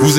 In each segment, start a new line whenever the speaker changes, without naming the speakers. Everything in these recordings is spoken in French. Vous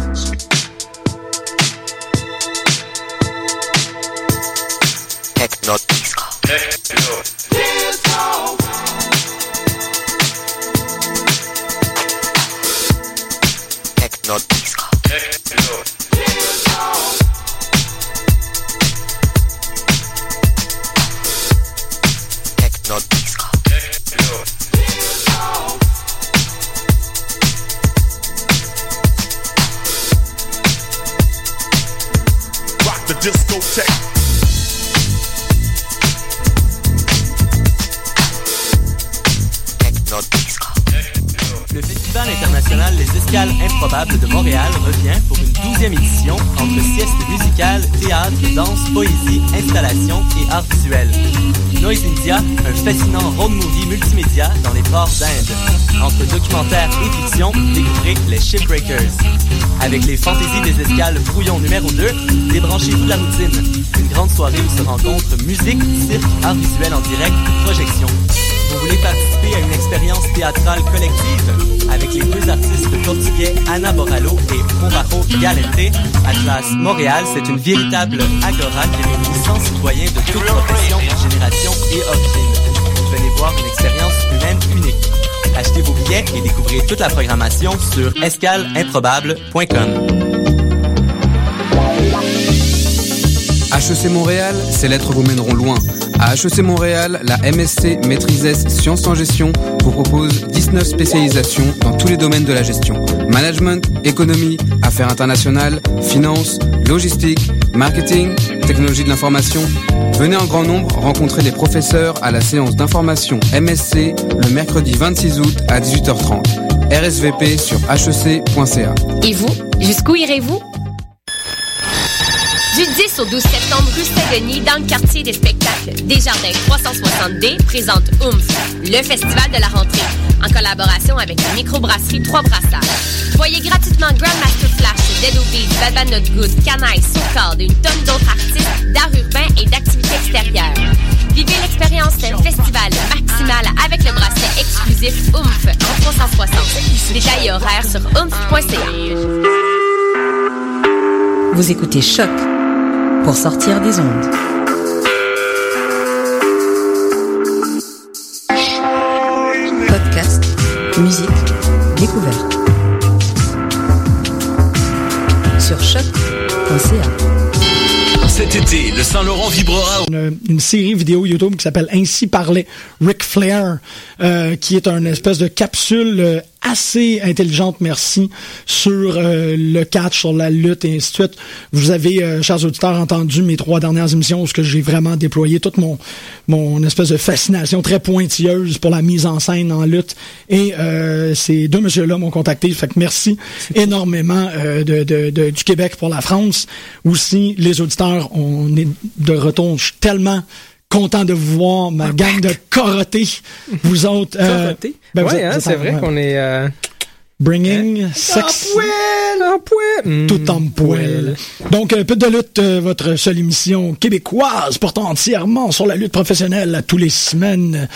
Techno Disco. Techno Disco. Techno Disco.
rock the discotheque.
Techno Disco.
Le Festival international Les Escales Improbables de Montréal revient pour une douzième édition entre siestes musicales, théâtre, danse, poésie, installation et arts visuels. Noise India, un fascinant road movie multimédia dans les ports d'Inde. Entre documentaire et fiction, découvrez les Shipbreakers. Avec les fantaisies des escales brouillon numéro 2, débranchez-vous de la routine. Une grande soirée où se rencontrent musique, cirque, arts visuels en direct, projection. Vous voulez participer à une expérience théâtrale collective avec les deux artistes portugais Ana Boralo et Poraro Galente Atlas Montréal, c'est une véritable agora qui réunit 100 citoyens de toutes professions, générations et origines. Venez voir une expérience humaine unique. Achetez vos billets et découvrez toute la programmation sur escaleimprobable.com.
HEC E Montréal, ces lettres vous mèneront loin. À HEC Montréal, la MSC Maîtrise S Sciences en Gestion vous propose 19 spécialisations dans tous les domaines de la gestion. Management, économie, affaires internationales, finances, logistique, marketing, technologie de l'information. Venez en grand nombre rencontrer les professeurs à la séance d'information MSC le mercredi 26 août à 18h30. RSVP sur E hec.ca.
Et vous, jusqu'où irez-vous? Du 10 au 12 septembre, rue Saint-Denis, dans le quartier des spectacles Desjardins 360D, présente OOMF, le festival de la rentrée, en collaboration avec la microbrasserie Trois Brassards. Voyez gratuitement Grandmaster Flash, Dead Obeez, Bad Bad Not Good, Canaille, Soukard et une tonne d'autres artistes d'art urbain et d'activités extérieures. Vivez l'expérience festival maximale avec le bracelet exclusif OOMF en 360. Détails et horaires sur oomph.ca.
Vous écoutez Choc pour sortir des ondes. Podcast, musique, découverte. Sur choc.ca.
Cet été, le Saint-Laurent vibrera.
une, une série vidéo YouTube qui s'appelle Ainsi parlait Ric Flair, euh, qui est une espèce de capsule euh, assez intelligente, merci, sur euh, le catch, sur la lutte et ainsi de suite. Vous avez, euh, chers auditeurs, entendu mes trois dernières émissions où ce que j'ai vraiment déployé toute mon, mon espèce de fascination très pointilleuse pour la mise en scène en lutte. Et euh, ces deux messieurs-là m'ont contacté. Fait que merci énormément euh, de, de- de- du Québec pour la France. Aussi, les auditeurs, on est de retour. Je suis tellement content de vous voir, ma gang de corotés, vous autres. euh,
Corotés?
ben, vous
ouais,
êtes-
hein,
vous êtes
c'est
en-
vrai
ouais.
qu'on est. Euh...
Bringing sex.
En poêle, en poêle. Mm,
Tout en poêle. Donc, euh, peu de lutte, euh, votre seule émission québécoise portant entièrement sur la lutte professionnelle à tous les semaines.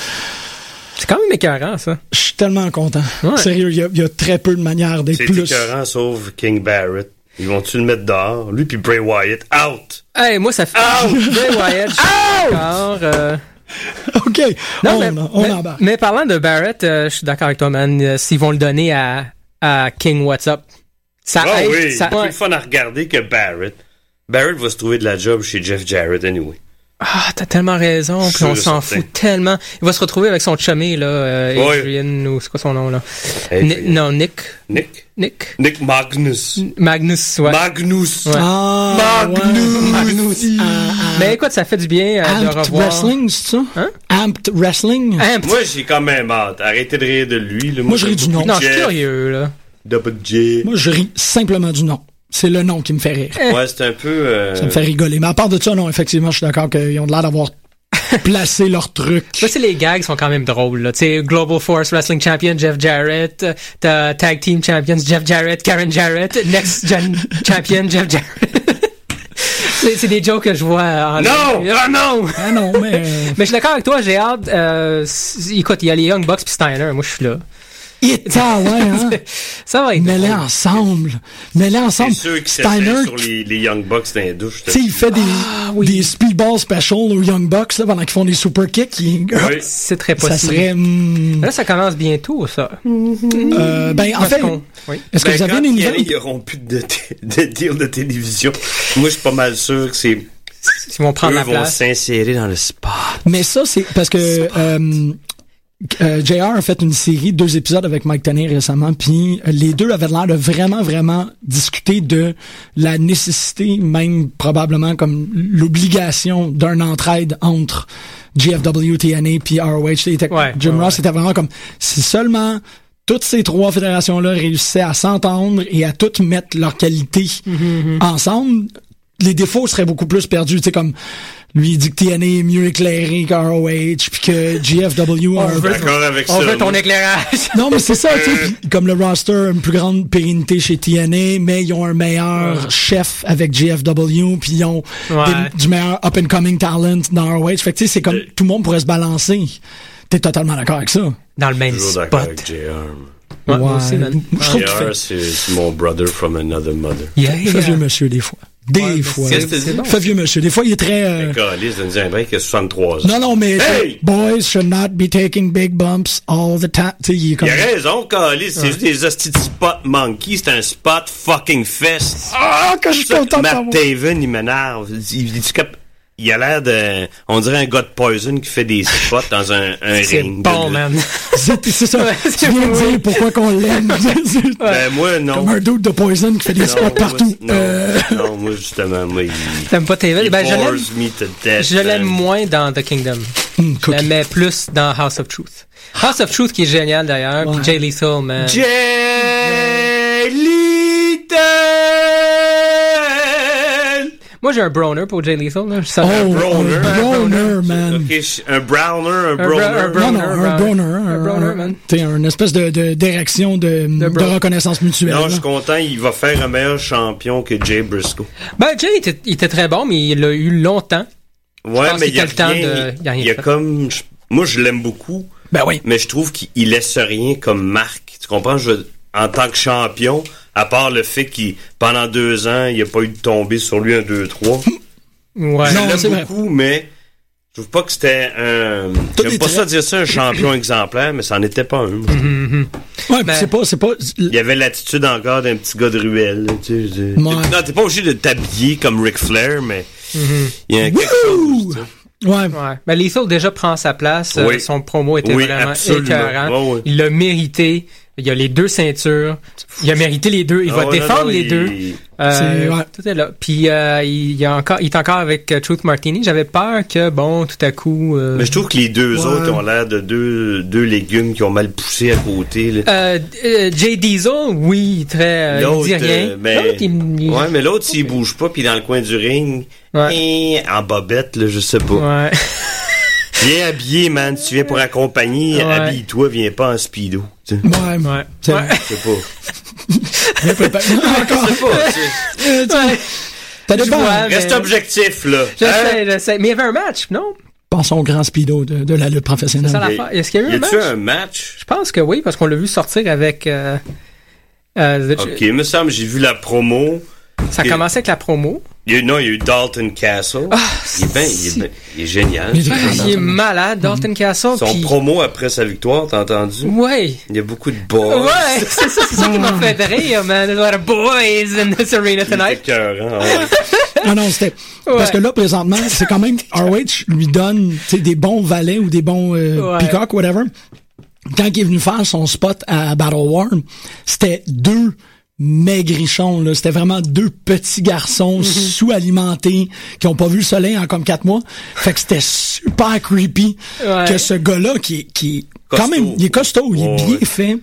C'est quand même écœurant, ça.
Je suis tellement content.
Ouais.
Sérieux, il y a- il y, a très peu de manières d'être
C'est
plus.
écœurant, sauf King Barrett. Ils vont-tu le mettre dehors? Lui puis Bray Wyatt, out!
Hey, moi, ça fait. Bray Wyatt, je suis d'accord, euh,
OK,
Non,
on,
mais,
on
mais-
embarque.
mais parlant de Barrett, euh, je suis d'accord avec toi, man. Euh, S'ils vont le donner à, à King What's Up, ça
Ah
aide.
oui!
ça-
C'est plus fun à regarder que Barrett. Barrett va se trouver de la job chez Jeff Jarrett, anyway.
Ah, t'as tellement raison. Puis
Sûr
on
et
s'en
certain.
fout tellement. Il va se retrouver avec son chummy, là, euh,
Ouais.
Adrian, ou c'est quoi son nom, là?
Hey,
Ni- non, Nick.
Nick?
Nick?
Nick Magnus.
Magnus, ouais.
Magnus!
Ouais.
Ah, ouais.
Magnus!
Mais écoute, ça fait du bien euh, de
Amped
revoir.
Wrestling, c'est ça?
Hein?
Amped Wrestling?
Amped.
Moi, j'ai quand même hâte. Arrêtez de rire de lui. là.
Moi, je ris du nom.
Non, je suis
Jeff.
curieux, là.
Double J.
Moi, je ris simplement du nom. C'est le nom qui me fait rire.
Eh.
Ouais, c'est un peu... euh,
Ça me fait rigoler. Mais à part de ça, non, effectivement, je suis d'accord qu'ils ont l'air d'avoir placer leurs trucs.
Ouais, les gags sont quand même drôles. Là. T'sais, Global Force Wrestling Champion Jeff Jarrett, t'as Tag Team Champions Jeff Jarrett, Karen Jarrett, Next Gen Champion Jeff Jarrett. C'est des jokes que je vois en
Non! Ligne.
Ah non!
Ah non, mais.
mais je suis d'accord avec toi, j'ai hâte. Euh, écoute, il y a les Young Bucks puis Steiner, moi je suis là.
Ah ouais, hein?
Ça va être.
Mets-les ensemble. Mets-les ensemble.
Ceux qui Steiner. Sur les, les, Young Bucks dans les douches.
Tu sais, il fait des, ah, oui. des speedball special aux Young Bucks là, pendant qu'ils font des super kicks. Il...
Oui. C'est très possible.
Ça serait. Mm...
Là, ça commence bientôt, ça.
Euh, ben, en fait.
Oui.
Est-ce
ben,
que vous avez une nouvelle?
Ils n'auront plus de, de deal de télévision. Moi, je suis pas mal sûr que c'est.
Ils vont prendre
Eux
la
vont
place.
s'insérer dans le sport.
Mais ça, c'est parce que. Euh, euh, JR a fait une série, deux épisodes avec Mike Tanner récemment, puis euh, les deux avaient l'air de vraiment, vraiment discuter de la nécessité, même probablement comme l'obligation d'un entraide entre GFW, TNA, puis ROH. Était,
ouais,
Jim
ouais,
Ross était vraiment comme, si seulement toutes ces trois fédérations-là réussissaient à s'entendre et à toutes mettre leurs qualités
Mhm, mhm.
ensemble, les défauts seraient beaucoup plus perdus. Tu sais, comme, lui, il dit que TNA est mieux éclairé que ROH, puis que GFW a un
veut-
D'accord avec
On
ça.
veut ton
moi.
éclairage.
non, mais c'est ça, tu sais. puis Comme le roster a une plus grande pérennité chez TNA, mais ils ont un meilleur chef avec GFW, puis ils ont
Ouais. Euh.
des- du meilleur up-and-coming talent dans ROH. Fait que, tu sais, c'est comme tout le monde pourrait se balancer. T'es totalement d'accord avec ça?
Dans le même
Toujours d'accord
spot.
avec JR.
Ouais, moi aussi, man.
Je trouve qu'il fait
JR, c'est c'est mon brother from another mother.
Yeah,
fait vieux
yeah.
monsieur des fois. Des
Ouais, mais
fois.
c'est- euh, c'est bon.
Fait vieux monsieur. Des fois, il est très... euh,
Calice de nous un break qui a 63 ans.
Non, non, mais...
Hey!
Boys should not be taking big bumps all the time. Tu sais, il est
Il
comme...
a raison, Calice. C'est juste des hosties de spot monkey. C'est un spot fucking fest.
Ah, que je suis
Ça,
content de
Matt
t'avoir.
Taven, il m'énerve. Il, il- tu cap- il a l'air de. On dirait un gars de Poison qui fait des spots dans un, un
C'est
ring. de
bon,
lutte.
man.
C'est c'est ça.
Ouais,
tu viens de
oui.
dire pourquoi qu'on l'aime. C'est-
Ben, moi, non.
Comme un doute de Poison qui fait des spots
Non,
partout.
Moi, non,
Euh,
non, moi, justement, moi, il.
T'aimes pas TV?
il
Ben, je l'aime.
bores me to death,
Je l'aime
man.
moins dans The Kingdom.
hum,
Je
cookie.
la mets plus dans House of Truth. House of Truth qui est génial d'ailleurs,
Ouais.
puis Jay Lethal, man.
Jay Little!
Moi j'ai un broner pour Jay Lethal, là. Je
Oh,
savais.
un
browner.
browner, man.
Ok, je- un browner, un
bro-
browner.
un bro-
Non, non,
browner,
un
man.
browner.
Un browner, man.
T'es un espèce de, de- d'érection de, de,
bro-
reconnaissance mutuelle.
Non, je
là.
suis content, il va faire un meilleur champion que Jay Briscoe.
Ben Jay il était, il était très bon, mais il l'a eu longtemps.
Ouais,
pense
mais
qu'il
il y a
a le temps
rien.
de-
il-
il y a rien
il y a
fait.
comme. je- Moi, je l'aime beaucoup,
Ben oui.
mais je trouve qu'il il laisse rien comme marque. Tu comprends? Je, veux- en tant que champion, à part le fait qu'il, pendant deux ans, il n'y a pas eu de tombée sur lui un 2-3.
Ouais.
Non,
Je
c'est
l'aime
vrai.
beaucoup, mais je trouve pas que c'était un.
Tous les
J'aime pas
traits.
ça dire ça, un champion exemplaire, mais ça n'en était pas un. moi.
Ouais,
Ben-
c'est pas, c'est pas,
Il y avait l'attitude encore d'un petit gars de ruelle. là, Tu sais, je-
Ouais.
Non, t'es pas obligé de t'habiller comme Ric Flair, mais il y a quelque
Wouhou!
chose.
ouais.
Ouais. Ben Lethal déjà prend sa place.
Oui.
Euh, son promo était
Oui,
vraiment
absolument.
écœurant.
Ouais, ouais.
Il l'a mérité. Il a les deux ceintures. Il a mérité les deux. Il
Ah,
va défendre les deux.
C'est-
Euh,
ouais.
Tout est là. Puis euh, il, il y a encore, il est encore avec euh, Truth Martini. J'avais peur que, bon, tout à coup... euh,
Mais je trouve que les deux
Ouais.
autres ont l'air de deux, deux légumes qui ont mal poussé à côté. là.
euh, euh, Jay Diesel, oui, très... euh, il
L'autre,
dit rien.
euh, ben,
L'autre, il- il-
ouais, mais l'autre, s'il bouge pas, puis dans le coin du ring,
Ouais.
eh, en bobette, là, je sais pas.
Ouais.
Viens habillé, man. Tu viens pour accompagner,
Ouais.
habille-toi, viens pas en speedo. tu sais.
Ouais.
Ouais.
C'est-
Ouais.
Je sais pas.
Bien préparé. Encore.
Je sais pas. tu sais.
Ouais.
T'as
Je
des
vois,
Reste
mais-
objectif, là.
Je
Hein?
sais, je sais. Mais il y avait un match, non?
Pensons au grand speedo de, de la lutte
C'est ça
professionnelle.
l'affaire. Est-ce qu'il y a eu
Y
un match?
a-tu un match?
Je pense que oui, parce qu'on l'a vu sortir avec... euh, euh, The-
Ok, il me semble, j'ai vu la promo.
Ça
ok.
commençait avec la promo.
Il y a, non, il y a eu Dalton Castle. il, est ben, il, est ben- il est génial.
Il est très
Ah, Il est malade, Dalton Castle.
Son
puis-
promo après sa victoire, t'as entendu?
Ouais.
Il y a beaucoup de boys.
Ouais, c'est ça, c'est ça qui m'a fait rire, man. There's a lot of boys in this arena
C'est
tonight.
écœurant, ouais.
Ah non, c'était. Parce que là, présentement, c'est quand même. ROH lui donne tu sais, des bons valets ou des bons euh,
Ouais.
peacocks, whatever. Quand il est venu faire son spot à Battle War, c'était deux maigrichons, là. C'était vraiment deux petits garçons
Mm-hmm.
sous-alimentés qui ont pas vu le soleil en comme quatre mois. Fait que c'était super creepy
Ouais.
que ce gars-là qui, est- qui est quand
Costaud.
même, il est costaud, il est
Ouais,
bien
ouais.
fait.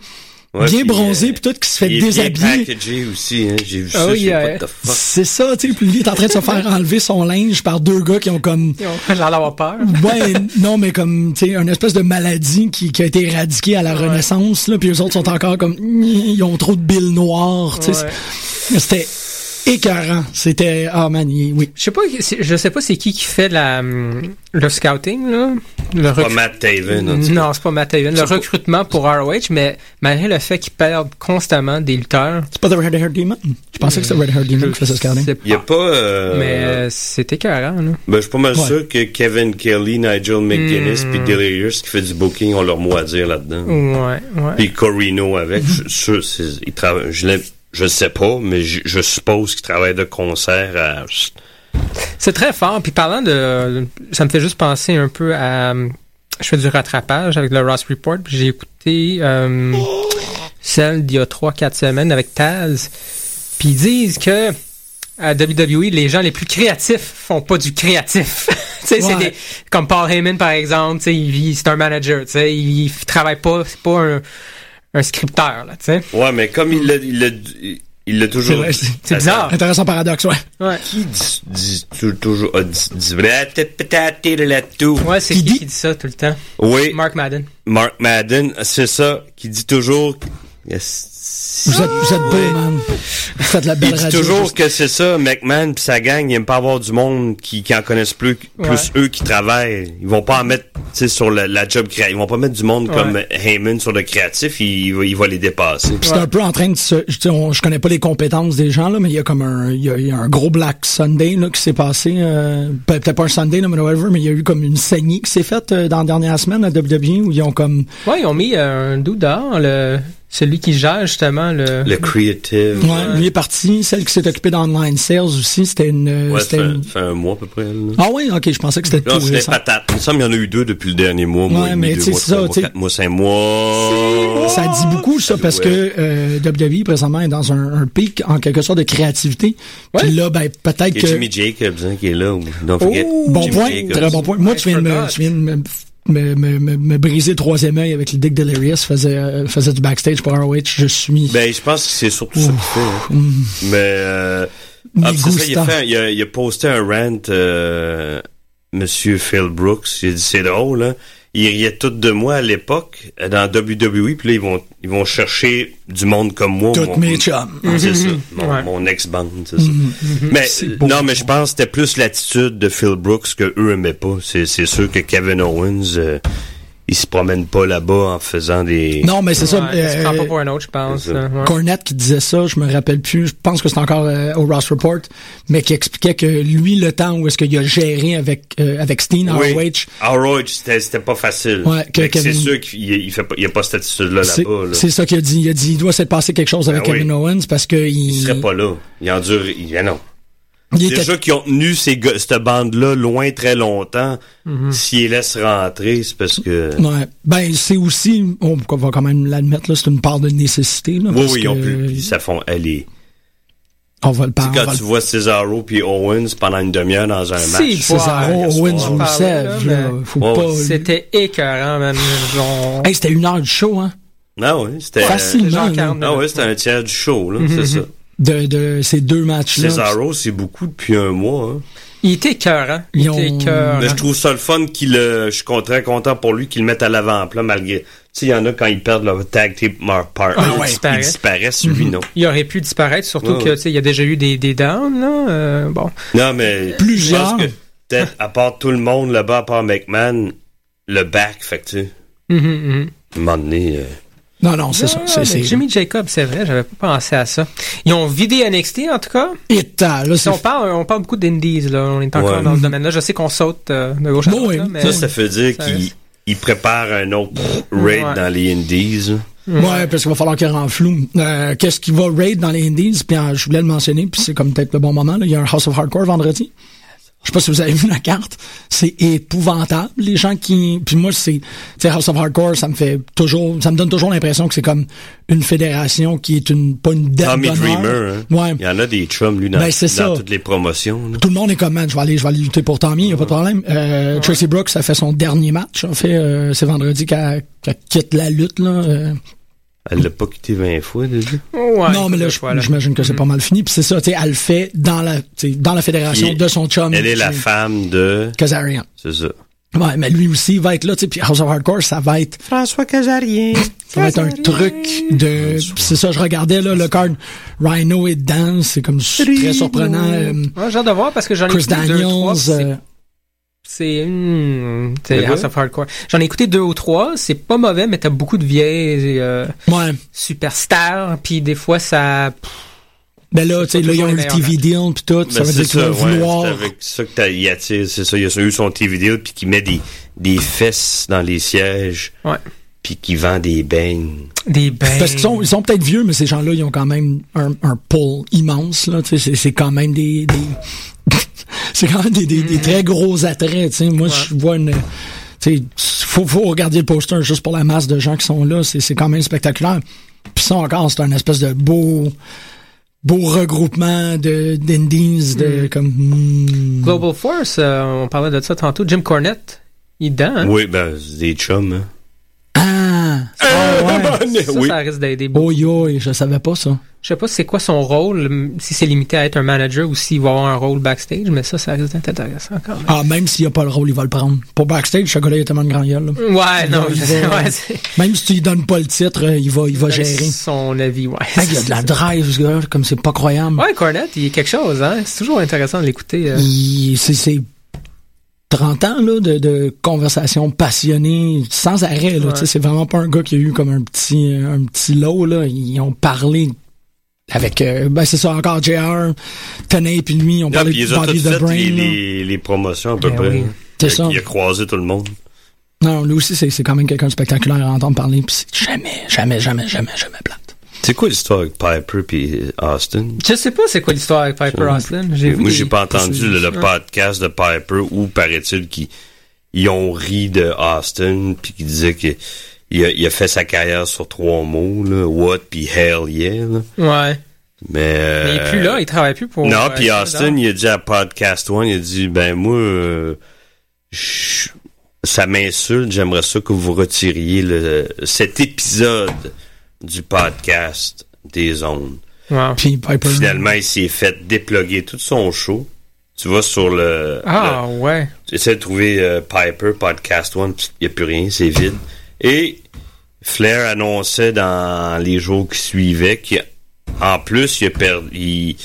Ouais,
bien
puis,
bronzé,
euh,
puis tout, qui se fait
il est bien
déshabiller.
packagé aussi, hein, j'ai vu
Ah
ça,
oui,
j'ai fait,
euh,
what the fuck.
C'est ça, tu sais, puis lui il est en train de se faire enlever son linge par deux gars qui ont comme...
Ils ont l'air d'avoir peur.
Ouais, non, mais comme, tu sais, une espèce de maladie qui, qui a été éradiquée à la Renaissance, là, puis eux autres sont encore comme... Ils ont trop de billes noires, tu sais. c'est-
Ouais.
mais C'était écœurant. C'était... Ah, man, il- oui.
Je sais pas, c'est- je sais pas c'est qui qui fait la, hum, le scouting, là. Le
Pas
recru-
Matt Taven, en tout cas.
Non, c'est pas Matt Haven. Le recrutement pour ROH, mais malgré le fait qu'ils perdent constamment des lutteurs.
C'est pas The Red Haired Demon? Je pensais que c'était Red Haired Demon qui faisait ce scouting.
c'est
Il n'y a pas... euh,
Mais euh, c'est écœurant, là.
ben, je suis pas mal
Ouais.
sûr que Kevin Kelly, Nigel McGuinness,
Hmm.
puis Delirious qui fait du booking ont leur mot à dire là-dedans.
Ouais, ouais.
Puis Corino avec, je, je, c'est- il travaille- je, l'ai- je sais pas, mais je, je suppose qu'il travaille de concert à...
C'est très fort. Puis parlant de. Ça me fait juste penser un peu à. Je fais du rattrapage avec le Ross Report. puis J'ai écouté euh, celle d'il y a 3-4 semaines avec Taz. Puis ils disent que à WWE, les gens les plus créatifs font pas du créatif. Tu sais, c'est
Ouais.
des- comme Paul Heyman, par exemple, tu sais, il vit- c'est un manager. tu sais, Il travaille pas, c'est pas un, un scripteur. Là, tu sais.
Ouais, mais comme il l'a... Il l'a il- il l'a toujours...
C'est vrai,
c'est
Ah.
bizarre.
Intéressant paradoxe, ouais.
Ouais,
Ben, Qui dit, dit- tou- toujours... a dit- dit vrai, t'es peut-être là tout.
ouais c'est qui, qui dit ça tout le temps?
Oui,
Mark Madden.
Mark Madden, c'est ça, qui dit toujours...
Vous êtes, vous êtes beau, man. Vous faites de la belle
Il dit
radio.
toujours que c'est ça, McMahon pis sa gang, ils aiment pas avoir du monde qui, qui en connaissent plus, plus
Ouais.
eux qui travaillent. Ils vont pas en mettre, tu sais, sur la, la job créative. Ils vont pas mettre du monde
Ouais.
comme Heyman sur le créatif, il, il va- il va les dépasser.
Puis c'est un peu en train de se. Je, dis, on- je connais pas les compétences des gens, là, mais il y a comme un. Il y a, il y a un gros Black Sunday là, qui s'est passé. euh, pe- Peut-être pas un Sunday, là, mais whatever, mais il y a eu comme une saignée qui s'est faite euh, dans la dernière semaine à WWE où ils ont comme.
Ouais, ils ont mis euh, un doux dehors, le, celui qui gère justement le.
Le creative.
Ouais, lui est parti. Celle qui s'est occupée d'online sales aussi, c'était une. euh,
Ouais, ça
c'était
fait,
une-
ça fait un mois à peu près. Là,
Ah oui, ok, je pensais que c'était
Non,
tout
c'est des
récent.
patates. Il me semble qu'il y en a eu deux depuis le dernier mois, mois
Ouais,
et demi,
mais
deux
tu sais,
mois,
c'est
trois
ça,
mois,
tu sais.
quatre mois, cinq mois.
Ça dit beaucoup, ça, parce que euh, WWE, présentement, est dans un, un pic, en quelque sorte, de créativité. Puis
Ouais.
là, ben, peut-être
Il
que...
y a Jimmy Jacobs hein, qui est là. Don't forget.
Oh,
Bon
Jimmy
point,
Jacobs.
très bon point. Moi,
I
tu viens, de me,
forgot.
tu viens de me, me, me, me- me briser le troisième œil avec le Dick Delirious faisait, euh, faisait du backstage pour ROH. Je suis.
Ben, je pense que c'est surtout ça qu'il fait. hein. Mais, euh,
Mm. Mais
ah, puis c'est ça, il, a
Gustav.
fait un- il a- il a posté un rant, euh, Monsieur Phil Brooks. Il a dit c'est drôle, hein. Ils riaient tout de moi à l'époque euh, dans WWE, puis là ils vont ils vont chercher du monde comme moi.
Toutes
mon- Ah,
mes chums. Mhm.
C'est ça, mon,
Ouais.
mon ex-band, c'est ça. Mais euh, non, mais je pense que c'était plus l'attitude de Phil Brooks que eux aimaient pas. C'est c'est sûr que Kevin Owens, euh, il se promène pas là-bas en faisant des.
Non, mais c'est ça.
Ouais, tu te prends
euh,
pas pour un autre, je pense.
c'est ça.
là, ouais.
Cornette qui disait ça, je me rappelle plus, je pense que c'est encore euh, au Ross Report, mais qui expliquait que lui, le temps où est-ce qu'il a géré avec, euh, avec Steen, ROH,
ROH, Ah, c'était c'était pas facile.
Ouais, que
Fait que
Kevin-
C'est sûr qu'il il fait pas- il y a pas cette attitude-là
c'est
là-bas. là.
c'est ça qu'il a dit. Il a dit, il doit s'être passé quelque chose avec
Ben oui.
Kevin Owens parce que
Il
il,
serait pas là. Il endure. Il, ah non.
il était
Déjà qu'ils ont tenu ces gars- cette bande-là loin très longtemps, s'ils les laissent rentrer, c'est parce que.
Mhm. Ouais. Ben, c'est aussi, on on va quand même l'admettre, là, c'est une part de nécessité. Là,
Oui,
parce
oui, ils ont
que
pu. Puis ça font aller.
On va le parler.
quand tu vois Cesaro puis Owens pendant une demi-heure dans un
Si,
match.
c'est ça.
Cesaro,
hier soir,
Owens,
on
en parlait,
Rousseff,
là,
là,
mais-
faut
Ouais,
pas...
C'était écœurant, man. Genre,
Hey, c'était une heure de show, hein?
Non, oui, c'était. Ah
Facilement,
genre
là,
40
Non, oui, c'était un tiers du show, là,
Mhm,
c'est ça.
de, de ces deux matchs-là.
Cesaro, c'est beaucoup depuis un mois. hein.
Il était écœurant. Il
Ils ont-
était écœurant.
Mais je trouve ça le fun qu'il euh, je suis con- très content pour lui qu'il le mette à l'avant-plan malgré. Tu sais, il y en a quand ils perdent leur tag team mar- partner,
Ah ouais. Mhm.
ils disparaissent, celui non.
Il aurait pu disparaître, surtout
Ouais,
que,
ouais.
tu sais, il y a déjà eu des, des downs, là. euh, bon.
Non mais
Plusieurs.
je pense que peut-être à part tout le monde là-bas, à part McMahon, le back, fait que tu sais,
Mhm, mhm.
à un moment donné, euh,
Non, non, c'est ça.
Ah,
C'est,
mais
c'est...
Jimmy Jacob, c'est vrai, j'avais pas pensé à ça. Ils ont vidé NXT, en tout cas.
Et t'as, là,
Si
c'est...
on parle, on parle beaucoup d'indies, là. On est encore
Ouais.
dans ce domaine-là. Je sais qu'on saute euh, de gauche à
Bon,
droite,
oui.
là, mais-
ça, ça fait dire
Ça
qu'il
reste.
il prépare un autre raid
Ouais.
dans les Indies.
Ouais, parce qu'il va falloir qu'il rentre flou. Euh, qu'est-ce qui va raid dans les Indies? Puis euh, je voulais le mentionner, puis c'est comme peut-être le bon moment. Là. Il y a un House of Hardcore vendredi. Je sais pas si vous avez vu la carte. C'est épouvantable. Les gens qui... Puis moi, c'est... Tu sais, House of Hardcore, ça me fait toujours... Ça me donne toujours l'impression que c'est comme une fédération qui est une... Pas une dette
Tommy
d'honneur.
Dreamer, hein.
Ouais.
il y en a des chums, lui, dans,
Ben, c'est
dans
ça.
toutes les promotions. là.
Tout le monde est comme, man, je vais aller, je vais aller lutter pour Tommy, y a pas de problème. Euh, Tracy Brooks a fait son dernier match, en fait, euh, c'est vendredi qu'elle qu'elle quitte la lutte, là. euh,
Elle l'a pas quitté 20 fois déjà.
Ouais,
non, mais là,
je vois, là. Mm-hmm.
j'imagine que c'est pas mal fini. Puis c'est ça, tu sais, elle le fait dans la, tu sais, dans la fédération
Il-
de son chum.
Elle est la
tu sais,
femme de.
Kazarian.
C'est ça.
Ouais, mais lui aussi va être là, tu sais, puis House of Hardcore, ça va être
François Casarien.
Ça va être un truc de. Puis C'est ça, je regardais là, le card Rhino et Dan, c'est comme très surprenant. euh,
Ouais, j'ai hâte de voir parce que j'en ai
Chris
écouté deux, trois.
Daniels.
puis c'est-
euh,
C'est hmm, c'est
Le
House
gars?
of Hardcore. J'en ai écouté deux ou trois. C'est pas mauvais, mais t'as beaucoup de vieilles euh, superstars. Puis des fois, ça.
ben là, tu sais, là, il y a
toujours
un
les
TV deal, puis tout,
Ben,
ça veut
c'est
dire qu'il va
ça, ouais,
vouloir.
c'est avec ça que t'as- il attire, c'est ça. Il y a eu son TV deal, puis qui met des, des fesses dans les sièges,
Ouais.
puis qui vend des beignes.
Des ben, beignes.
Ben, Parce qu'ils sont, ils sont peut-être vieux, mais ces gens-là, ils ont quand même un, un pull immense, là, tu sais, c'est- c'est quand même des. des- c'est quand même des, des- des très gros attraits, tu sais. Moi, je vois une. Tu sais, faut, faut regarder le poster juste pour la masse de gens qui sont là, c'est c'est quand même spectaculaire. Puis ça encore, c'est un espèce de beau. Beau regroupement de d'indies, de comme. hmm.
Global Force, euh, on parlait de ça tantôt. Jim Cornette, il est dedans. hein?
Oui, ben, c'est des chums, hein.
Ah! Ah ouais.
Ça, ça risque d'aider beaucoup.
Oh yo, je savais pas ça.
Je sais pas c'est quoi son rôle, m- si c'est limité à être un manager ou s'il va avoir un rôle backstage, mais ça, ça risque d'être intéressant quand même.
Ah, même s'il n'y a pas le rôle, il va le prendre. Pour backstage, ce gars-là, il a tellement de grand gueule. là.
Ouais, non,
Il
je
va-
sais, ouais, c'est-
même si tu lui donnes pas le titre, euh, il va, il va
Ben,
gérer.
Son avis, ouais.
Ah, il y a de la drive, ce gars comme c'est pas croyable.
Ouais, Cornette, il est quelque chose, hein. C'est toujours intéressant de l'écouter. euh.
Il- C'est c'est 30 ans là, de, de conversation passionnée, sans arrêt. là,
Ouais.
tu sais, C'est vraiment pas un gars qui a eu comme un petit, euh, un petit lot. Là. Ils ont parlé avec, euh, ben c'est ça encore, JR, Tenay puis lui, ils ont
Non,
parlé
puis ils
de
ont
Body
toutes
the
fait
Brain.
les,
là.
les, les promotions, à peu
Ben
près.
oui.
hein.
C'est
Il a-
ça.
Il a croisé tout le monde.
Non, lui aussi, c'est c'est quand même quelqu'un de spectaculaire à entendre parler. Puis c'est jamais, jamais, jamais, jamais, jamais plate.
C'est quoi l'histoire avec Piper puis euh, Austin?
Je sais pas c'est quoi l'histoire avec Piper Austin. J'ai vu
Moi,
des-
j'ai pas entendu le, le
Ouais.
podcast de Piper où, paraît-il, qu'ils ils ont ri de Austin, puis qui disait que il a, il a fait sa carrière sur trois mots, là, what, puis hell yeah. là.
Ouais.
Mais,
Mais il est plus là, il travaille plus pour.
Euh, non,
euh,
puis
Showdown.
Austin, il a dit à Podcast One, il a dit, ben moi, euh, je- ça m'insulte, j'aimerais ça que vous retiriez le, cet épisode du podcast des ondes.
Wow.
Puis Piper.
Finalement, il s'est fait déploguer tout son show. Tu vas sur le...
Ah, ouais.
le- tu essaies de trouver euh, Piper, Podcast One, il n'y a plus rien, c'est vide. Et Flair annonçait dans les jours qui suivaient qu'en plus, il a, perdu, il,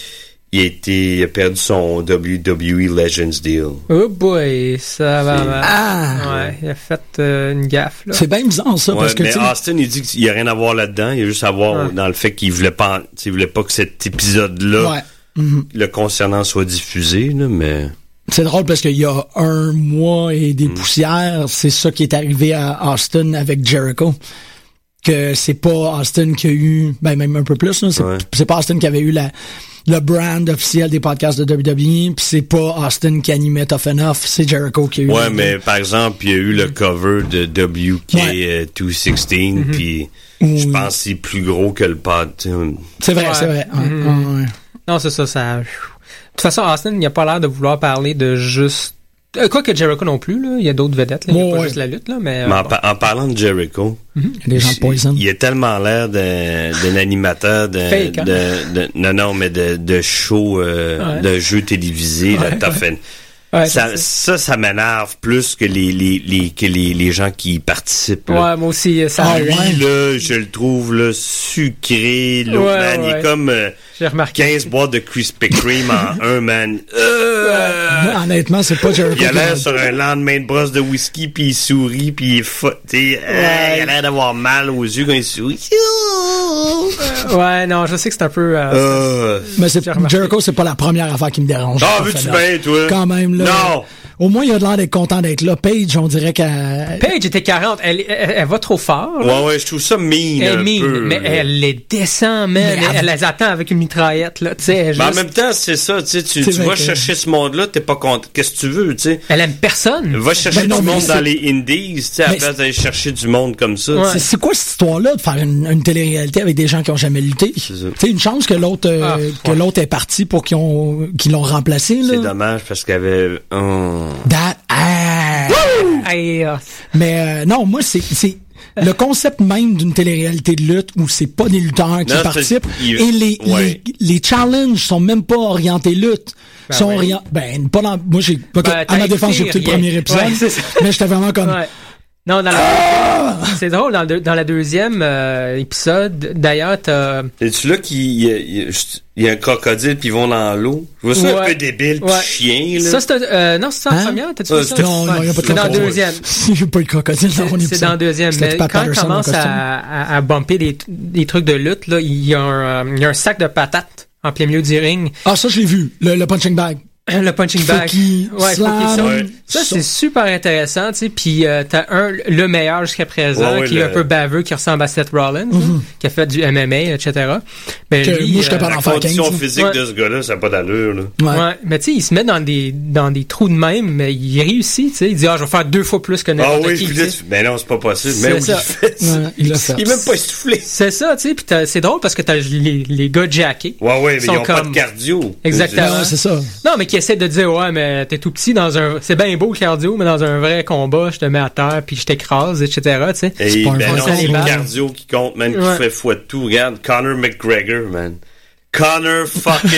il a été- il a perdu son WWE Legends deal.
Oh boy, ça va
C'est-
mal.
Ah!
Ouais, il a fait euh, une gaffe, là.
C'est bien bizarre, ça,
Ouais,
parce que, tu
mais ah,
sais,
Austin, il dit qu'il n'y a rien à voir là-dedans. Il y a juste à voir
Ouais.
dans le fait qu'il voulait pas, en- tu sais, il voulait pas que cet épisode-là,
ouais. Mhm.
le concernant, soit diffusé, là, mais.
C'est drôle parce qu'il y a un mois et
Hmm.
des poussières, c'est ça qui est arrivé à Austin avec Jericho. Que c'est pas Austin qui a eu, ben même un peu plus, là, c'est
Ouais.
c'est pas Austin qui avait eu la, le brand officiel des podcasts de WWE, puis c'est pas Austin qui animait Tough Enough, c'est Jericho qui a eu.
Ouais,
le-
mais par exemple, il y a eu le cover de
Ouais.
WK216,
Mm-hmm.
puis je
Oui.
pense que c'est plus gros que le pod. tu sais.
C'est vrai,
Ouais. Hmm.
c'est vrai. ouais, ouais, ouais.
Non, c'est ça, ça. De toute façon, Austin, il n'a pas l'air de vouloir parler de juste. Euh, Quoi que Jericho non plus, là. Il y a d'autres vedettes, là. Il n'y
Ouais,
a pas
ouais.
juste la lutte, là, mais. euh,
Mais en,
bon.
par- en parlant de Jericho,
Il y a des gens de Poison.
il a tellement l'air d'un d'un animateur d'un-
Fake, hein?
de, de- non non mais de, de show euh,
Ouais.
de jeu télévisé de
Ouais,
Tough and-
Ouais,
ça,
c'est-
ça, ça m'énerve plus que les, les, les, que les, les gens qui y participent. là.
Ouais, moi aussi, euh, ça.
Ah,
Lui,
ouais.
là, je le trouve là, sucré, là,
Ouais,
man. Il
ouais.
est comme euh,
J'ai remarqué.
15 boîtes de Krispy Kreme en un, man. Euh,
Ouais, Honnêtement, c'est pas Jericho.
Il a
qui
l'air sur un lendemain de brosse de whisky, puis il sourit, puis il est fou. t'sais, euh, il a l'air d'avoir mal aux yeux quand il sourit.
Ouais, non, je sais que c'est un peu. euh,
Euh,
Mais c'est
J'ai remarqué.
Jericho, c'est pas la première affaire qui me dérange.
Ah,
Tough
veux-tu
Enough.
bien, toi?
Quand même, là.
Non!
Au moins, il a l'air d'être content d'être là. Paige, on dirait qu'elle.
Paige était 40. Elle, elle, elle va trop fort. là.
Ouais, ouais, je trouve ça mean.
Elle est
un
mean,
peu,
mais
là.
elle les descend, man.
Mais
Elle,
elle-
elle les attend avec une mitraillette, là. Tu sais, elle,
Mais en
juste-
même temps, c'est ça, tu sais, tu,
C'est
tu
vrai
vas
que-
chercher ce monde-là, t'es pas content. Qu'est-ce que tu veux, tu sais?
elle aime personne.
Va chercher
Ben non,
du
mais
monde
c'est-
dans les indies, tu sais, à
Mais
place d'aller chercher du monde comme ça.
Ouais.
C'est- C'est quoi cette histoire-là de faire une, une télé-réalité avec des gens qui ont jamais lutté?
ça.
C'est une chance que l'autre euh,
Ah,
que
ouais.
l'autre est parti pour qu'ils ont qu'ils l'ont remplacé.
C'est
Là.
dommage parce qu'il y avait un...
That- ah.
Aïe, ah.
Mais euh, non, moi c'est c'est le concept même d'une télé-réalité de lutte où c'est pas des lutteurs qui
Non, c'est-
participent
il-
et les,
ouais.
les, les challenges sont même pas orientés lutte.
Ben
sont
oui.
orient- ben, pas dans, moi, j'ai, ok,
Ben,
à
t'as
ma défense, j'ai écouté le
écouté rien.
premier épisode,
Ouais, c'est ça.
mais j'étais vraiment comme,
Ouais. Non, dans la... c'est drôle, dans, le deux- dans la deuxième euh, épisode, d'ailleurs, t'as...
C'est-tu là qu'il il y, a- il y a- il y a un crocodile puis ils vont dans l'eau? Je vois ça un
Ouais.
peu débile pis
Ouais.
chien, là.
Ça, c'est un- euh, non, c'est en
Hein?
première, t'as-tu
Euh,
vu ça?
c'était-
non, non, il y a pas de
C'est dans
crocodile.
la deuxième.
Si j'ai pas eu le crocodile dans mon
C'est-
épisode.
C'est dans le deuxième.
C'était
Mais
Pat
quand on
Patterson en
commence à,
costume.
à, à bumper des, des trucs de lutte, là, il y, a un, euh, il y a un sac de patates en plein milieu du ring.
Ah, ça, je l'ai vu, le, le punching bag.
Le punching
Faut
bag.
qu'il
faut qu'il
slam.
sorte.
Ouais.
Ça,
Son-
c'est super intéressant, tu sais. Puis euh, t'as un, le meilleur jusqu'à présent,
Ouais, ouais,
qui est
le-
un peu baveux, qui ressemble à Seth Rollins, hein, qui a fait du MMA, etc.
Mm-hmm.
Ben,
Que moi, je suis
euh,
capable
La
d'en faire
condition
15, là.
physique
Ouais.
de ce gars-là, ça n'a pas d'allure, là.
Ouais.
Ouais. mais tu sais, il se met dans des dans des trous de même, mais il réussit, tu sais, il dit ah, je vais faire deux fois plus que
Ah
n'importe
oui,
qui.
puis
tu
là,
sais.
tu- mais non, c'est pas possible.
C'est
Mais oui,
ça.
il fait ça.
Ouais, il l'a fait.
Il est même pas essoufflé.
C'est ça, tu sais, puis t'as- c'est drôle parce que t'as les, les gars jackés.
Ouais, ouais, mais ils
Sont
n'ont pas
comme-
de cardio.
Exactement.
Ouais, c'est ça.
Non, mais qui essaient de dire ouais, mais t'es tout petit dans un, c'est bien beau le cardio, mais dans un vrai combat, je te mets à terre puis je t'écrase, etc. Tu sais.
Et
C'est pas un
ben non,
français,
c'est
les
le
balles.
cardio qui compte, man, qui
Ouais.
fait foi de tout. Regarde, Conor McGregor, man. Conor fucking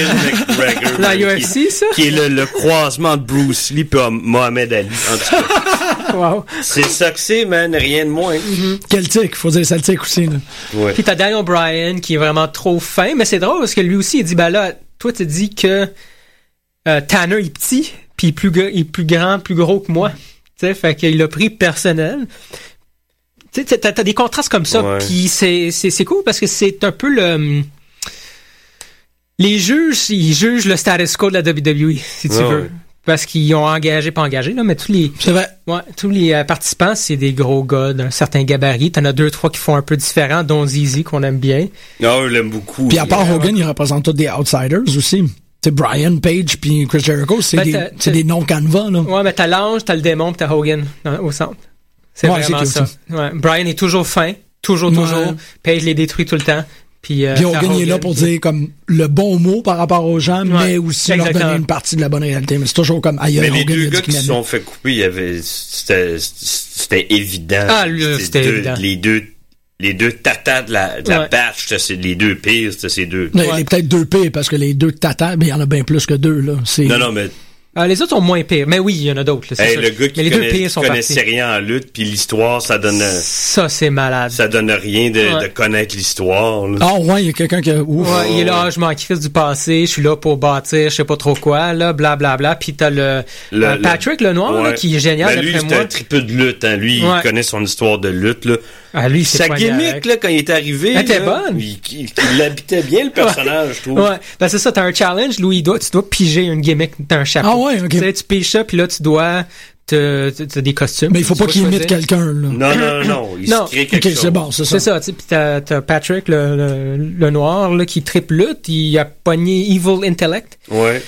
McGregor.
La
man, qui-
UFC, ça?
Qui est le, le croisement de Bruce Lee puis Mohamed Ali. En tout cas, Eh.
Wow.
c'est ça que c'est, man, rien de moins.
Celtic, faut dire Celtic aussi, là.
Ouais.
Puis t'as Daniel Bryan qui est vraiment trop fin, mais c'est drôle parce que lui aussi il dit bah là, toi tu dis que euh, Tanner est petit, puis il est plus gra- il est plus grand, plus gros que moi. Tu sais, fait qu'il l'a pris personnel. Tu sais, t'as- t'as t'as des contrastes comme ça,
Ouais.
puis c'est c'est c'est cool parce que c'est un peu le les juges, ils jugent le status quo de la WWE, si tu
Ouais,
veux.
ouais.
Parce qu'ils ont engagé, pas engagé, là, mais tous les,
C'est vrai.
Ouais, tous les euh, participants, c'est des gros gars d'un certain gabarit. T'en as deux, trois qui font un peu différent, dont Zizi, qu'on aime bien.
Non, je Ah, l'aime beaucoup.
Puis à part Hogan, ils représentent tous des outsiders aussi. C'est Brian Page puis Chris Jericho, c'est
Ben,
des,
t'as-
c'est
t'as-
des noms canevas là.
Ouais, mais t'as l'ange, t'as le démon, pis t'as Hogan dans- au centre. C'est
Ouais,
vraiment
c'est
ça.
aussi.
Ouais. Brian est toujours fin, toujours,
Ouais.
toujours. Page les détruit tout le temps. Puis, euh,
Puis
t'as
Hogan il est là pour dire comme le bon mot par rapport aux gens, mais aussi leur
exactement.
donner une partie de la bonne réalité. Mais c'est toujours comme aïe,
Mais
Hogan
les
il
deux
a dit
gars qui
qu'il
se
m'aimait.
sont fait couper, il y avait, c'était, c'était évident.
Ah, lui,
C'était
c'était
deux-
évident.
Les deux, les deux tatas de la, de la
Ouais.
batch, c'était ces- les deux pires, c'était ces deux.
Mais Il est peut-être deux pires parce que les deux tatas, mais il y en a bien plus que deux là. C'est
Non, non, mais
Ah, les autres sont moins pires. Mais oui, il y en a d'autres, là, c'est
hey,
sûr.
le gars qui,
mais les
connaît-
deux pires
qui
sont
connaissait
partis.
rien en lutte, puis l'histoire, ça donne,
Ça, c'est malade.
ça donne rien de,
Ouais.
de connaître l'histoire. là.
Ah ouais, il y a quelqu'un qui a ouf.
Ouais, il est là, Ah, je m'en crisse du passé, je suis là pour bâtir, je sais pas trop quoi, là, blablabla. Puis t'as le,
Le-
euh,
le-
Patrick le noir, là,
Ouais.
qui est génial
Ben, lui,
Ah, d'après
c'était
moi.
un triple de lutte. Hein. Lui,
Ouais.
il connaît son histoire de lutte. Là.
Ah, lui, c'est
Sa
poigné
gimmick,
avec.
là, quand il est arrivé,
Elle était
là,
bonne.
Il, il- il habitait bien le personnage, je trouve.
Ouais, ben c'est ça, t'as un challenge, Louis, il doit- tu dois piger une gimmick d'un chapeau.
Ah ouais, ok.
Tu sais, tu piges ça, puis là, tu dois, te- te- t'as des costumes.
Mais il faut
tu
pas
dois
qu'il imite
choisir.
quelqu'un là.
Non, non, non, il
Non.
se crée quelque
Ok,
chose.
c'est bon, c'est ça.
Mm. C'est ça, tu sais, puis t'as t'as Patrick, le, le, le noir, là, qui triple lutte, il a pogné Evil Intellect,
Ouais.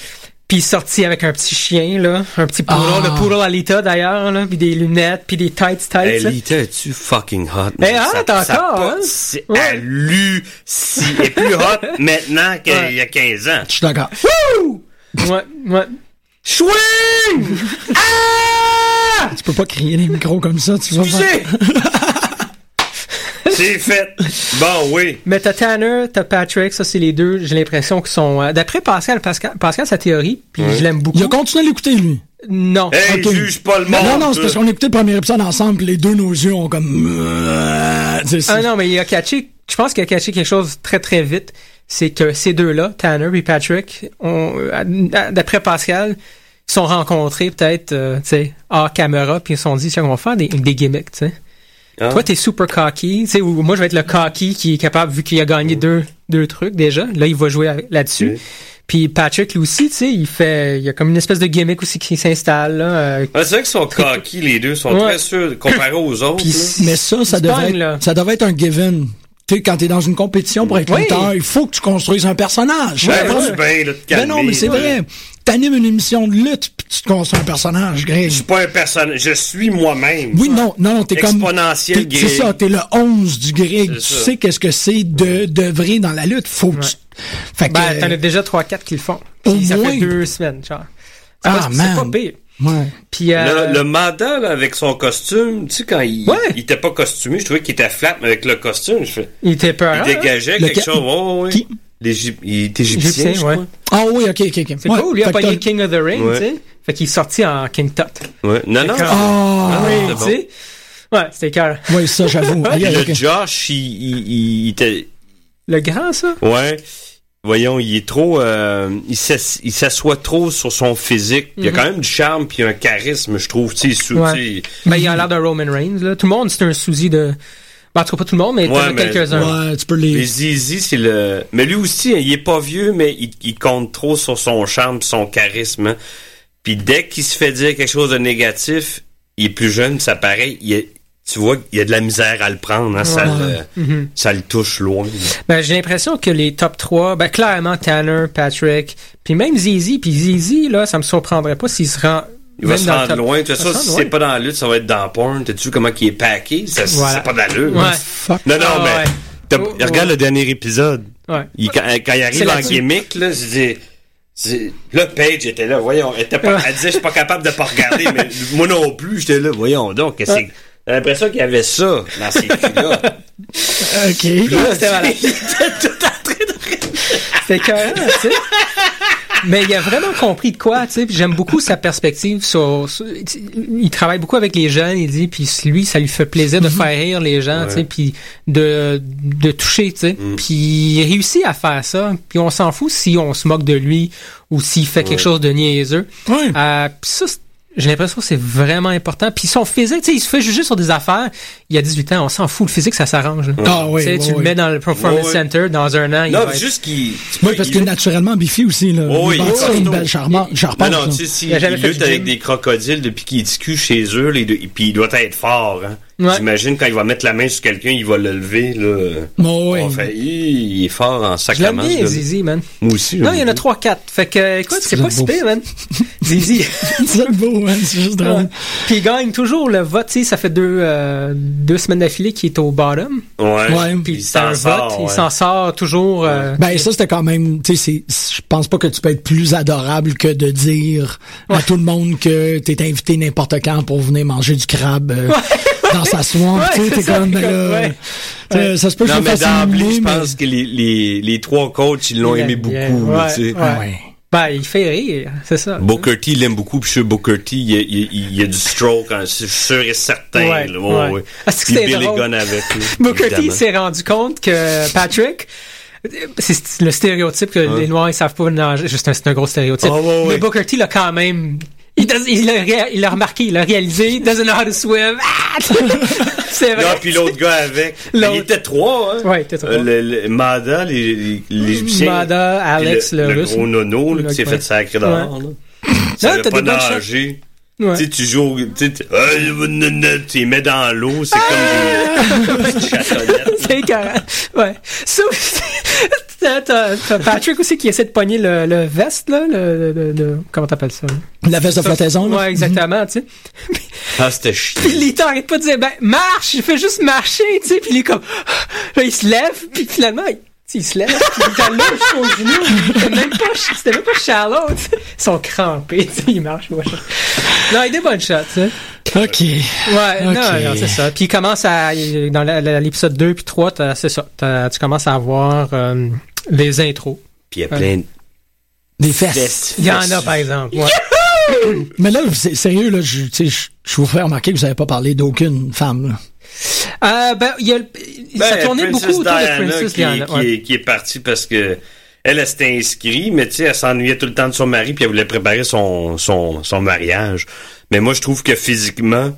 puis il est sorti avec un petit chien, là, un petit poodle,
Ah.
le poodle Alita, d'ailleurs, là, puis des lunettes, puis des tights, tights, là.
Elle était tu fucking
Eh,
hot.
Mais
man?
ah,
hot
Ça- ça
encore,
pas-
hein?
C'est
Ouais.
hallucinant. Elle est plus hot maintenant qu'il y a 15 ans.
Je suis d'accord.
Ouais, ouais.
Chouing!
Ah!
Tu peux pas crier les micros comme ça, tu vas faire-
C'est fait. Bon, oui.
Mais t'as Tanner, t'as Patrick, ça c'est les deux, j'ai l'impression qu'ils sont... euh, D'après Pascal, Pascal, Pascal, sa théorie, puis je l'aime beaucoup.
Il a continué à l'écouter lui.
Non.
Hey,
Ok.
juge pas le monde. hein.
Non, non, c'est
toi.
parce qu'on écoutait le premier épisode ensemble, puis les deux, nos yeux ont comme. Tu sais,
Ah
c'est-
non, mais il a catché, je pense qu'il a catché quelque chose très très vite. C'est que ces deux-là, Tanner et Patrick, ont, euh, d'après Pascal, ils sont rencontrés peut-être, euh, tu sais, hors caméra, puis ils se sont dit, tiens, on va faire des, des gimmicks, tu sais.
Ah.
Toi, t'es super cocky, tu sais, ou moi, je vais être le cocky qui est capable, vu qu'il a gagné deux, deux trucs déjà. Là, il va jouer avec- là-dessus.
Mm. Ok.
Puis Patrick, lui aussi, tu sais, il fait, il y a comme une espèce de gimmick aussi qui s'installe, là. euh,
Ah, c'est vrai qu'ils sont coquilles, les deux. Ils sont
Ouais.
très sûrs, comparés aux autres. hein.
puis
là.
Mais ça, ça
il se pogne,
devait,
là.
être, ça devait être un given. Tu sais, quand t'es dans une compétition pour être
Oui.
lutteur, il faut que tu construises un personnage.
Ben,
Ouais.
vas-tu bien, là, te
Ben
calmer,
non, mais c'est
là.
vrai. T'animes une émission de lutte, puis tu te construis un personnage, Greg.
Je suis pas un personnage. Je suis moi-même.
Oui, non, non, non, t'es comme.
Exponentiel,
t'es- C'est
Greg.
ça, t'es le 11 du Greg.
C'est
Tu
ça.
sais qu'est-ce que c'est de, de vrai dans la lutte. Faut que tu- Fait que.
Ben, t'en as déjà 3-4 qui le font.
Au
Puis ça
moins.
fait deux semaines, genre. C'est
Oh Ah,
pas- C'est
man.
pas pire.
Ouais.
Puis, euh,
Le, le mandat, là, avec son costume, tu sais, quand il,
Ouais.
il était pas costumé, je trouvais qu'il était flat, mais avec le costume, je fais-
il était peur.
il dégageait
Le
quelque
ca-
chose. ouais, ouais, ouais.
Ah, Qui?
L'Égyp- Il est égyptien,
Égyptien,
je
ouais.
crois.
Ah oui, ok, ok, ok.
C'est
Ouais,
cool, il a
fait que
pogné
t'as-
King of the Ring,
Ouais.
tu sais. Fait qu'il est sorti en King Tut.
Ouais. Non, non.
Fait que-
Ah,
oui.
Tu sais? Ouais, c'était cœur.
oui, ça, j'avoue. Aïe, aïe,
Le
ok.
Josh, il, il, il était.
Le grand, ça?
Ouais. Voyons, il est trop. euh, il s'ass- il s'assoit trop sur son physique. Il y a quand même du charme puis un charisme, je trouve. Tu sais, sous-
Ouais.
tu sais.
Ben, il a l'air d'un Roman Reigns, là. Tout le monde, c'est un souci de. Ben, en tout cas, pas tout le monde, mais
Ouais,
t'en as
mais-
quelques-uns.
Ouais, tu peux les.
Mais Zizi, c'est le. Mais lui aussi, hein, il est pas vieux, mais il, il compte trop sur son charme, puis son charisme. hein. Puis dès qu'il se fait dire quelque chose de négatif, il est plus jeune, ça paraît. Il est- Tu vois, il y a de la misère à le prendre. hein, ça, le, ça le touche loin.
Ben, j'ai l'impression que les top 3, ben, clairement, Tanner, Patrick, puis même Zizi, puis Zizi, là, ça me surprendrait pas s'il se rend.
Il va
même
se
dans le
rendre
top-
loin. De toute
Ça se
façon,
rend
si
loin.
c'est pas dans la lutte, ça va être dans porn. T'as-tu vu comment il est packé? Ça, c'est-
Voilà.
C'est pas d'allure.
Ouais.
Fuck.
Non, non,
Ah,
mais.
ouais.
t'as-
Oh,
Regarde
ouais.
le dernier épisode.
Ouais.
Il- quand, euh, quand il
C'est
arrive en
là-dessus.
gimmick, là, je dis. c'est- Là, Paige était là, voyons, elle, était pas, elle disait, je suis pas capable de pas regarder, mais moi non plus, j'étais là, voyons donc, qu'est-ce que c'est- J'ai l'impression qu'il y avait ça dans ces filles-là.
Ok.
C'était malade. C'était cohérent, tu sais. Mais il a vraiment compris de quoi, tu sais. puis J'aime beaucoup sa perspective sur, sur- Il travaille beaucoup avec les jeunes, il dit. Puis lui, ça lui fait plaisir de faire rire les gens, tu sais. Puis de, de toucher, tu sais. Puis il réussit à faire ça. Puis on s'en fout si on se moque de lui ou s'il fait quelque chose de niaiseux.
Ouais.
Euh, puis ça, c'est- j'ai l'impression que c'est vraiment important. Puis son physique, tu sais, il se fait juger sur des affaires. Il y a 18 ans, on s'en fout, le physique, ça s'arrange. là.
Ah oui,
Tu sais,
oui,
tu le
oui.
mets dans le Performance
Oui, oui.
Center, dans un an, il
Non,
va être-
juste qu'il.
Oui, parce
il-
que naturellement, Biffy aussi, là.
Oh,
il
il est
bâtit ça, une
costaud.
belle charmante. J'en
Non,
reparle.
non,
ça.
tu sais, s'il
Il a jamais fait
lutte
de
avec
gym.
des crocodiles depuis qu'il discute chez eux, les deux, et puis il doit être fort. Hein.
Ouais.
J'imagine quand il va mettre la main sur quelqu'un, il va le lever. Là.
Oh, oui.
On fait, Hi, il est fort en
Je l'aime
sacrament. ce
bien,
gars-là.
Zizi, man.
Moi aussi.
Non,
j'aime
il y en a
bien.
3-4. Fait que, euh, écoute, c'est
C'est
pas
beau.
si pire, man. Zizi.
C'est beau, hein, c'est juste
Ouais.
drôle.
Puis il gagne toujours le vote. Tu sais, ça fait deux, euh, deux semaines d'affilée qu'il est au bottom.
Ouais.
Ouais.
Puis
il
c'est un
s'en sort.
vote.
ouais.
Il s'en sort toujours. euh,
Ben ça c'était quand même, tu sais, c'est- je pense pas que tu peux être plus adorable que de dire à tout le monde que t'es invité n'importe quand pour venir manger du crabe euh, dans sa swamp,
Ouais,
tu sais,
c'est
t'es
ça,
comme, ben
comme,
là,
ouais.
tu sais, ça se peut que je
Non,
me
mais
fasse
d'emblée,
humilier,
je
mais-
pense que les, les, les trois coachs, ils l'ont
Il
aimé
aime
beaucoup.
bien.
là,
Ouais,
tu sais.
Ah ouais.
Ben, il fait rire, c'est ça.
Booker T, il l'aime beaucoup, puis je suis Booker T, il, y a- il, il y a du stroke, hein, c'est sûr et certain.
Ouais,
là, ouais,
ouais.
ouais.
Ah, c'est que
Puis
c'est
Bill
drôle.
Egon avec. là,
Booker T
évidemment.
s'est rendu compte que Patrick, c'est le stéréotype que les Noirs ils savent pas nager. C'est un, c'est un gros stéréotype.
Ah, Hein? ouais, ouais.
Mais Booker T l'a quand même. Il does- il l'a ré- il l'a remarqué, il l'a réalisé. He doesn't know how to swim. Ah! c'est vrai.
Non, puis l'autre gars avec.
L'autre.
Il était trois, hein?
Ouais, il était trois.
Euh, le, le- Mada, les, les, les Égyptiens.
Mada,
Puis
Alex, le,
le,
russe.
gros nono là, qui s'est
Ouais.
fait sacrer dehors. là. Ça
Non,
veut
Ah, t'as
pas
des bonnes shots.
nager.
Ouais.
Tu sais, tu joues. au- Tu sais, tu- Ah, euh, non, non, tu les mets dans l'eau, c'est comme des- des petites chatonnettes.
C'est écœurant. Ouais. So, t'as- t'as t'as Patrick aussi qui essaie de pogner le, le veste, là. Le, le- le- comment t'appelles ça? là?
la veste de flottaison, là.
Ouais, exactement, tu sais.
Ah, c'était
Puis
chiant.
Lita arrête pas de dire, ben, marche, je fais juste marcher, tu sais. Puis il est comme, là, il se lève, puis finalement, il, tu sais, il se lève, puis il est dans l'eau jusqu'au genou. C'était même pas, c'était même pas shallow, tu sais. Ils sont crampés, tu sais, ils marchent. ouais. Non, il est des bonnes shots, tu sais.
Ok.
Ouais,
Ok.
non, non, c'est ça. Puis il commence à. Dans la- la- l'épisode 2 puis 3, t'as- c'est ça. t'as- tu commences à avoir euh, les intros.
Puis il y a plein de
Des fesses.
fesses.
Il y en a, par exemple. Ouais.
Mais là, c'est- sérieux, là, je, tu sais, je, je vous fais remarquer que vous avez pas parlé d'aucune femme. là.
Euh, ben, il y a, le- ça
Ben,
tournait
Princess
beaucoup autour
Diana
de Princess
qui,
Diana.
qui
ouais.
est, qui est partie parce que elle, elle s'était inscrite, mais tu sais, elle s'ennuyait tout le temps de son mari, puis elle voulait préparer son, son, son mariage. Mais moi, je trouve que physiquement,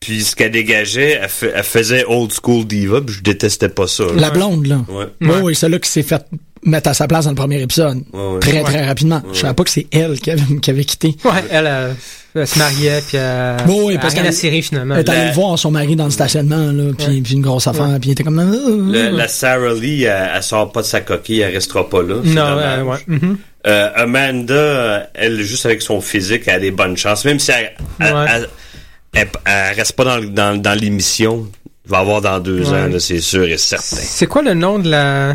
puis ce qu'elle dégageait, elle, fa- elle faisait old school diva, puis je détestais pas ça. là.
La blonde, là.
Ouais.
Oui, oui, celle-là qui s'est faite mettre à sa place dans le premier épisode.
Ouais, ouais.
Très, très rapidement. Je savais pas que c'est elle qui avait, qui avait quitté.
Ouais, elle, euh, elle se mariait, puis euh,
Bon, oui,
elle
parce
a rien
qu'elle-
à cirer, finalement.
Elle est allée
La-
voir son mari dans le stationnement, là, puis, puis une grosse affaire, puis il était comme... euh,
La, la Sarah Lee, elle, elle sort pas de sa coquille, elle restera pas là. c'est
Non,
dommage.
euh, ouais.
Ben.
mhm.
Euh, Amanda, euh, elle, juste avec son physique, elle a des bonnes chances. Même si elle, elle,
Ouais.
elle- elle- elle reste pas dans, dans, dans l'émission, elle va avoir dans deux
Ouais.
ans, là, c'est sûr et certain.
C'est quoi le nom de la.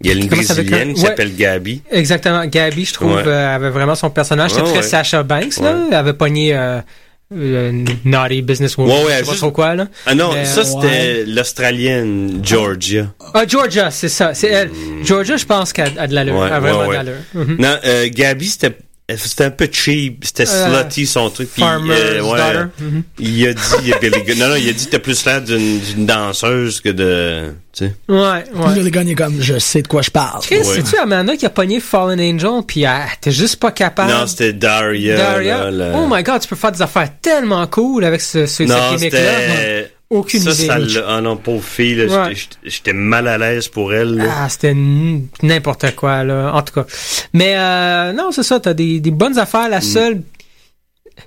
Il y a une brésilienne qui s'appelle ouais, Gabi.
Exactement. Gabi, je trouve, ouais. euh, avait vraiment son personnage. C'était ouais, très Sacha Banks, là. Elle avait pogné euh, euh, Naughty Business World, ouais, ouais, je sais juste... quoi, là.
Ah non, Mais, ça, c'était l'Australienne Georgia.
Ah, Georgia, c'est ça. C'est elle. Mm. Georgia, je pense qu'elle a de l'allure. elle a vraiment Mhm. de l'allure.
Mm -hmm. Non, Gabi, c'était c'était un peu cheap, c'était slutty son truc. Puis, euh, ouais, mm -hmm. Il a dit, Billy Gunn, non, non, il a dit, t'as plus l'air d'une danseuse que de, tu sais.
Ouais, ouais.
Billy Gunn est comme, je sais de quoi je parle.
Chris, ouais. c'est-tu Amanda qui a pogné Fallen Angel, puis ah, t'es juste pas capable.
Non, c'était Daria.
Daria.
Là, là.
Oh my god, tu peux faire des affaires tellement cool avec ce, ce,
non,
cette gimmick-là. Aucune
ça,
idée.
Ça, ça, ah non, pauvre fille, ouais. j'étais mal à l'aise pour elle. Là.
Ah, c'était n'importe quoi, là, en tout cas. Mais euh, non, c'est ça, t'as des, des bonnes affaires. La seule... Mm.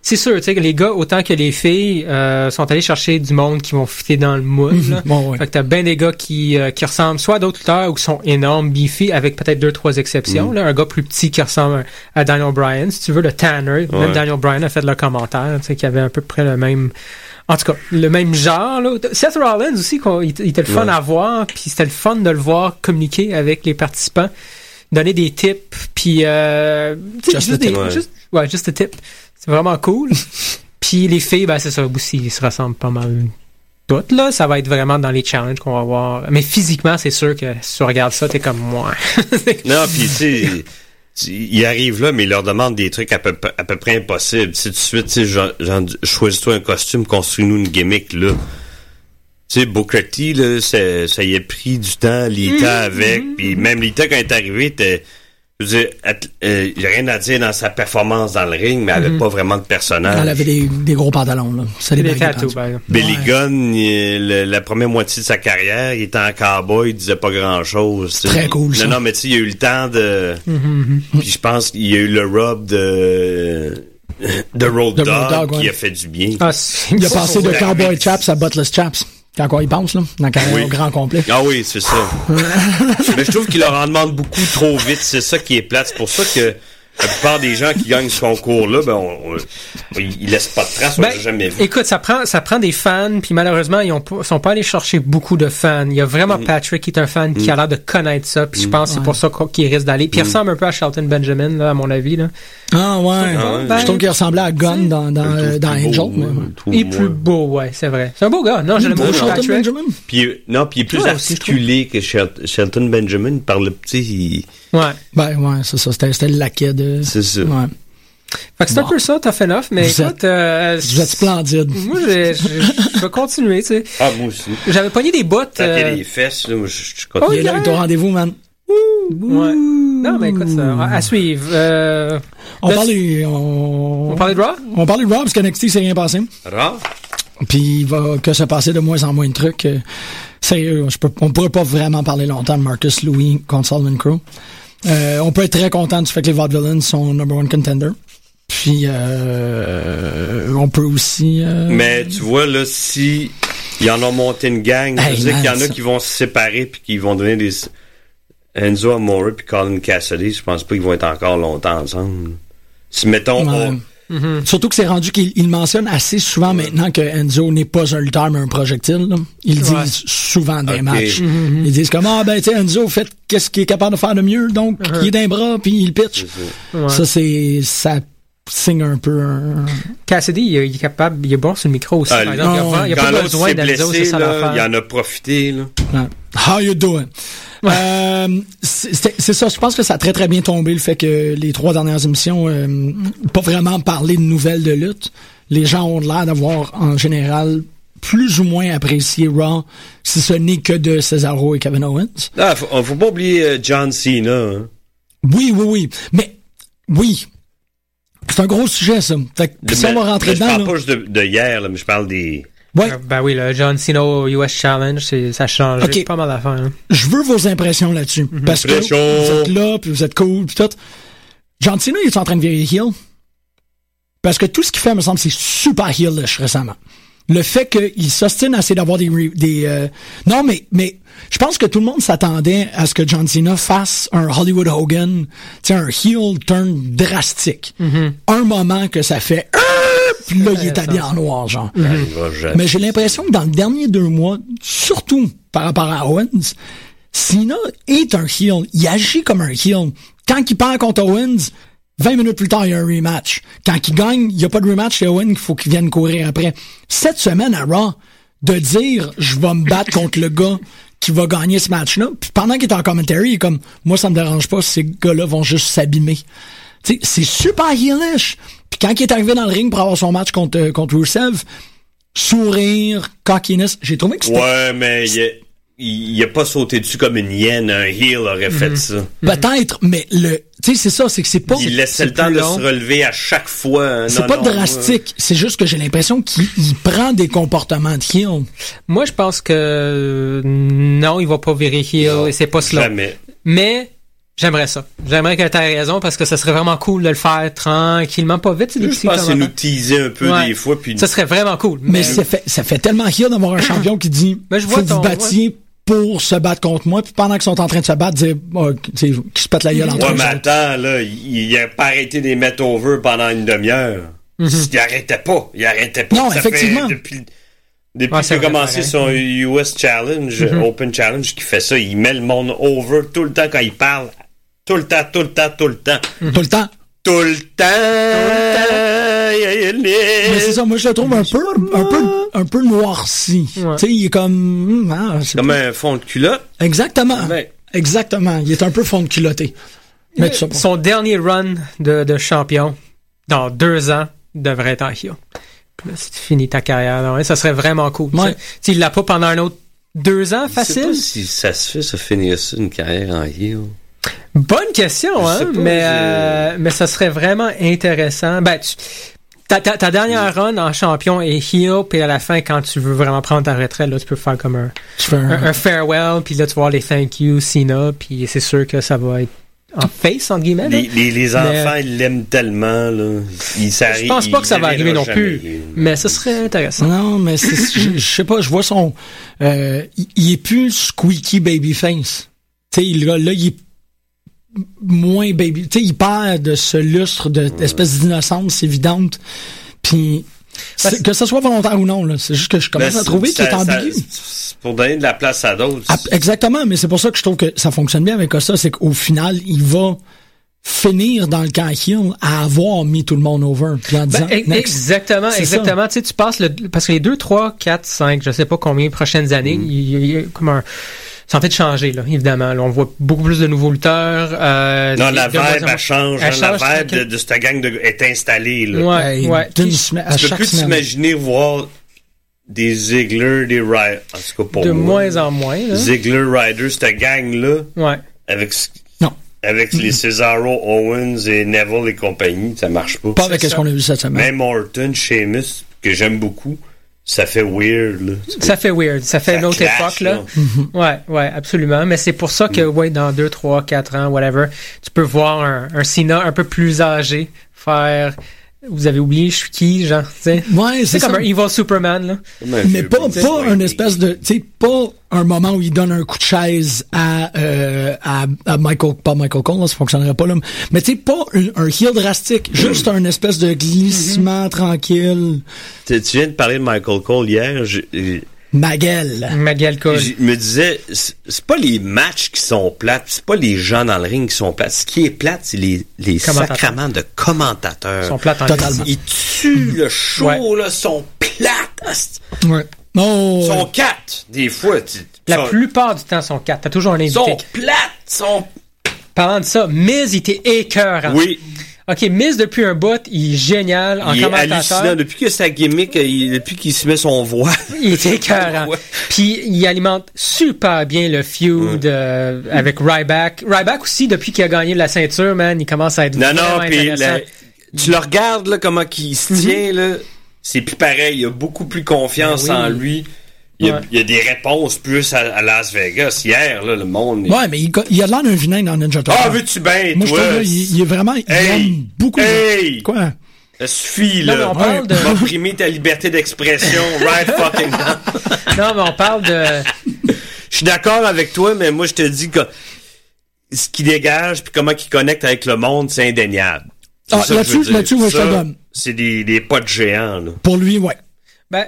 C'est sûr, tu sais, que les gars, autant que les filles, euh, sont allés chercher du monde qui vont fitter dans le moule. Mm -hmm. là. Bon, ouais. Fait que t'as bien des gars qui, euh, qui ressemblent soit à d'autres lutteurs ou qui sont énormes, beefy, avec peut-être deux, trois exceptions. Mm. Là, un gars plus petit qui ressemble à Daniel Bryan, si tu veux, le Tanner. Ouais. Même Daniel Bryan a fait le commentaire, tu sais, qui avait à peu près le même... En tout cas, le même genre. Là. Seth Rollins aussi, il, il était le fun ouais. à voir, puis c'était le fun de le voir communiquer avec les participants, donner des tips, puis euh, juste, des, ouais. juste, ouais, juste des tips. C'est vraiment cool. puis les filles, ben, c'est ça aussi, ils se ressemblent pas mal toutes. Là. Ça va être vraiment dans les challenges qu'on va voir. Mais physiquement, c'est sûr que si tu regardes ça, t'es comme moi.
non, puis tu ils arrivent là, mais ils leur demandent des trucs à peu, à peu près impossibles. Si tout de suite, tu choisis-toi un costume, construis-nous une gimmick, là. Tu sais, Booker T, là, ça, ça, y a pris du temps, Lita mm -hmm.
Mhm,
avec, puis même Lita, quand elle est arrivée, je veux dire, euh, j'ai rien à dire dans sa performance dans le ring, mais elle avait mm -hmm. pas vraiment de personnage.
Mhm. Elle avait des, des gros pantalons, là. Ça
les tattoos, par exemple.
Billy ouais. Gunn, il, le, la première moitié de sa carrière, il était en cowboy, il disait pas grand-chose.
Très cool,
Non,
ça.
non, mais tu sais, il a eu le temps de... Mm -hmm. Puis je pense qu'il a eu le rub de... De Road, Dog, Road Dog qui ouais. a fait du bien.
Ah, il a passé de Cowboy Chaps à Buttless Chaps. Quand quoi il pense, là, dans le oui. grand complet.
Ah oui, c'est ça. Mais je trouve qu'il leur en demande beaucoup trop vite. C'est ça qui est plate. C'est pour ça que la plupart des gens qui gagnent ce concours-là, ben, on, on, ils laissent pas de traces. Ben, on l'a jamais vu.
Écoute, ça prend, ça prend des fans, puis malheureusement, ils ont, sont pas allés chercher beaucoup de fans. Il y a vraiment mm. Patrick qui est un fan mm. qui a l'air de connaître ça, puis mm. je pense que c'est ouais. pour ça qu'il risque d'aller. Puis il ressemble un peu à Shelton Benjamin, là, à mon avis, là.
Ah ouais. Ah, ouais. Ben, je trouve qu'il ressemblait à Gunn dans, dans, euh, dans Angel. Beau, mais,
ouais. Il est plus beau, ouais, c'est vrai. C'est un beau gars. Non, je l'aime beaucoup, Patrick.
Puis, non, puis il est plus articulé que Shelton Benjamin par le petit...
Ouais.
Ben ouais, c'est ça. C'était le laquais de.
C'est ça.
Ouais.
Fait que c'est bon. un peu ça, t'as fait neuf, mais
vous
écoute. Euh,
vous êtes splendide.
Moi, je vais continuer, tu sais.
Ah, moi aussi.
J'avais pogné des bottes.
T'as euh... les fesses, là, je, je continue.
Oh, Il est là avec ton rendez-vous, man.
Ouais. Non, mais écoute, ça, à suivre. Euh,
on, le... parlait, on...
on parlait de Raw?
On parlait de Raw parce qu'NXT s'est rien passé.
Raw?
Puis il va que se passer de moins en moins de trucs. euh, Sérieux, je peux, on pourrait pas vraiment parler longtemps de Marcus Louis contre Solomon Crow. Euh, on peut être très content du fait que les Vaudevillains sont number one contender. Puis euh, on peut aussi. Euh...
Mais tu vois là, si ils en ont monté une gang, je hey, sais qu'il y en ça. a qui vont se séparer puis qui vont donner des Enzo Amore puis Colin Cassidy, je pense pas qu'ils vont être encore longtemps ensemble. Si mettons
ouais.
on...
Mm -hmm. Surtout que c'est rendu qu'il mentionne assez souvent maintenant que Enzo n'est pas un lutteur mais un projectile. Là. Ils disent ouais. souvent des okay. matchs. Mm -hmm. Ils disent comme ah ben tu Enzo fait qu'est-ce qu'il est capable de faire de mieux donc mm -hmm. il est d'un bras puis il pitch. Ouais. Ça c'est ça signe un peu. Un...
Cassidy il est capable il est bon sur le micro aussi.
Ah,
non,
Oh,
il n'y a, pas besoin d'Enzo Il en a profité là.
Ouais. How you doing? Ouais. Euh, c'est ça, je pense que ça a très très bien tombé le fait que les trois dernières émissions, euh, pas vraiment parler de nouvelles de lutte. Les gens ont l'air d'avoir en général plus ou moins apprécié Raw si ce n'est que de Cesaro et Kevin Owens.
Ah, faut, faut pas oublier John Cena. Hein?
Oui, oui, oui. Mais oui. C'est un gros sujet, ça. Fait que, mais, ça, on va rentrer
je
dedans.
Je parle
là.
pas juste de, de hier, là, mais je parle des...
Ouais.
Ben oui, le John Cena US Challenge, ça change okay. pas mal d'affaires. Hein.
Je veux vos impressions là-dessus. Mm -hmm. Parce que
Impression.
vous êtes là, puis vous êtes cool, puis tout. John Cena, il est en train de virer heel. Parce que tout ce qu'il fait, me semble, c'est super heelish récemment. Le fait qu'il s'ostine assez d'avoir des... des euh... Non, mais, mais je pense que tout le monde s'attendait à ce que John Cena fasse un Hollywood Hogan, un heel turn drastique. Mm -hmm. Un moment que ça fait... euh, Puis là, il est habillé en noir, genre. Mm
-hmm.
Mais j'ai l'impression que dans les derniers deux mois, surtout par rapport à Owens, Cena est un heel. Il agit comme un heel. Quand il perd contre Owens, 20 minutes plus tard, il y a un rematch. Quand il gagne, il n'y a pas de rematch, c'est Owens qu'il faut qu'il vienne courir après. Cette semaine à Raw, de dire je vais me battre contre le gars qui va gagner ce match-là, puis pendant qu'il est en commentary, il est comme moi ça me dérange pas, ces gars-là vont juste s'abîmer. Tu sais, C'est super heelish. Puis quand il est arrivé dans le ring pour avoir son match contre, euh, contre Rusev, sourire, cockiness, j'ai trouvé que c'était...
Ouais, mais il a, il a pas sauté dessus comme une hyène. Un heel aurait fait ça.
Peut-être, mais le, tu sais, c'est ça, Mhm. c'est que c'est pas.
Il laissait le temps de se relever à chaque fois. hein.
C'est
Non,
pas
non,
drastique, c'est juste que j'ai l'impression qu'il il prend des comportements de heel.
Moi, je pense que euh, non, il va pas virer heel et c'est pas cela.
Jamais.
Mais j'aimerais ça. J'aimerais que tu raison parce que ça serait vraiment cool de le faire tranquillement, pas vite.
euh, Je pense qu'il nous teasait un peu
Ouais.
des fois. Puis
Ça serait vraiment cool.
Mais, ça, fait, ça fait tellement heel d'avoir un champion qui dit
Mais Ben je vois
faut que vous
ton-
battiez pour se battre contre moi, puis pendant qu'ils sont en train de se battre, dire oh, tu sais, qu'ils se pètent la gueule entre
Ouais,
eux.
mais attends, là, il, il a pas arrêté de les mettre over pendant une demi-heure. Il arrêtait pas. Il arrêtait pas.
Mhm. Non,
Ça
effectivement.
Fait depuis depuis
Ouais,
qu'il
c'est
a
vrai,
commencé son US Challenge,
Mhm.
Open Challenge, qui fait ça, il met le monde over tout le temps quand il parle. Tout le temps, tout le temps, tout le temps.
Tout le temps.
Tout le temps.
Mais c'est ça, moi je le trouve un peu, un peu, un peu noirci.
Ouais.
Tu sais, il est comme, hum, ah, c'est-
Comme un fond de culotte.
exactement,
Ouais.
exactement. Il est un peu fond de culotté. Mais tu sais pas.
Son dernier run de, de champion, dans deux ans, devrait être en heel. Puis là, si tu finis ta carrière, là, ouais, ça serait vraiment cool.
Ouais.
Tu sais, Tu sais, il l'a pas pendant un autre deux ans
Je sais
facile.
pas si ça se fait, ça finir ça, une carrière en heel.
Bonne question,
Je
hein,
sais pas,
mais,
je-
euh, mais ça serait vraiment intéressant. Ben, tu- ta, ta, ta dernière run en champion est heel, puis à la fin, quand tu veux vraiment prendre ta retraite, là, tu peux faire comme un,
Tu fais un-
un, un farewell, puis là, tu vas voir les thank you, Cena, puis c'est sûr que ça va être en face, entre guillemets. là.
Les, les- les enfants, ils l'aiment tellement, là. Ils
Je pense pas que ça va arriver non plus, mais ce serait intéressant.
Non, mais c'est- je, je sais pas, je vois son. euh, il- il est plus le squeaky babyface. Tu sais, il- là, là, il est moins baby. Tu sais, il perd de ce lustre, de, d'espèce d'innocence évidente. Puis,
Parce-
c'est- que ce soit volontaire ou non, là, c'est juste que je
Ben,
commence à trouver qu'il est ambigu.
C'est pour donner de la place à d'autres.
Ah, Exactement, mais c'est pour ça que je trouve que ça fonctionne bien avec Costa, c'est qu'au final, il va finir dans le camp heel à avoir mis tout le monde over. Puis en disant,
Ben, e-
next.
exactement,
C'est ça.
exactement. Tu sais, tu passes le, parce que les 2, 3, 4, 5, je sais pas combien de prochaines années,
Mm.
il, il- il y a comme un, c'est en train de changer, là, évidemment. Là, on voit beaucoup plus de nouveaux lutteurs. euh,
non,
des-
la
de-
vibe, elle change.
elle
hein, la
change
vibe de,
tranquille.
de cette gang de- est installée, là.
Ouais,
Hey,
ouais.
d'une
Qui-
semaine- à
Tu peux
chaque
plus
semaine.
t'imaginer voir des Ziggler, des Ryder. En tout cas, pour
de
moi.
moins en moins, là.
Ziggler, Ryder, cette gang-là,
Ouais.
avec, ce-
Non,
avec
Mm-hmm.
les Cesaro, Owens et Neville et compagnie, ça marche pas.
pas avec
C'est
ce qu'on a vu cette semaine.
Même Orton, Sheamus, que j'aime beaucoup, ça fait weird, là.
Ça fait weird. Ça fait
Ça
une autre
clash,
époque, là.
Mm-hmm.
Ouais, ouais, absolument. Mais c'est pour ça que,
Mm.
ouais, dans 2, 3, 4 ans, whatever, tu peux voir un, un Cena un peu plus âgé faire. Vous avez oublié, je suis qui, genre, tu sais.
Ouais,
C'est
c'est
comme
ça.
un Evil Superman, là.
Comme un
Mais
vieux
pas,
petit
pas
poignet.
un espèce de, tu sais, pas un moment où il donne un coup de chaise à, euh, à, à Michael, pas Michael Cole, là, ça fonctionnerait pas là, mais tu sais, pas un, un heel drastique, juste un espèce de glissement tranquille,
Tu tu viens de parler de Michael Cole hier. Je, je-
ma gueule.
Magal Cole.
je me disais, c'est c'est pas les matchs qui sont plates, c'est pas les gens dans le ring qui sont plates. Ce qui est plate, c'est les, les
Commentateurs.
sacrements de commentateurs.
Ils sont plates en
Totalement.
Ils tuent le show,
Ouais.
là, sont plates. asti.
Ouais. Oh,
Ils sont quatre, des fois. tu-
La
sont-
plupart du temps sont quatre. T'as toujours un
Ils
invité.
sont plates, sont...
Parlant de ça, Miz, il était écœurant.
Oui,
OK, Miz, depuis un bout, il est génial en
il est hallucinant.
commentateur.
Depuis que sa gimmick, euh, il- depuis qu'il se met son voix...
Il est écœurant.
Ouais.
Puis, il alimente super bien le feud euh, avec Ryback. Ryback aussi, depuis qu'il a gagné la ceinture, man, il commence à être
Non,
vraiment
non, puis
intéressant. Mhm.
la- tu le regardes, là, comment il se tient, là. C'est plus pareil. Il a beaucoup plus confiance
Ben oui.
en lui. Il y, a,
Ouais.
il y a des réponses plus à, à Las Vegas. Hier, là, le monde. est-
Ouais, mais il, co- il a de l'air d'un vilain dans Ninja Turtle.
Ah, veux-tu bien,
Moi, je
toi?
trouve, là, il, il est vraiment, il
Hey!
aime beaucoup.
Hey!
Quoi?
Ça suffit,
Non,
là.
mais on parle de-
M'imprimer ta liberté d'expression, right fucking now.
Non, mais on parle de...
Je suis d'accord avec toi, mais moi, je te dis que ce qu'il dégage puis comment qu'il connecte avec le monde, c'est indéniable. C'est
Ah,
ça que je veux
là-dessus-
dire.
là-dessus, moi, je te
Ça,
donne.
C'est des, des pas de géant, là.
Pour lui, ouais.
Ben,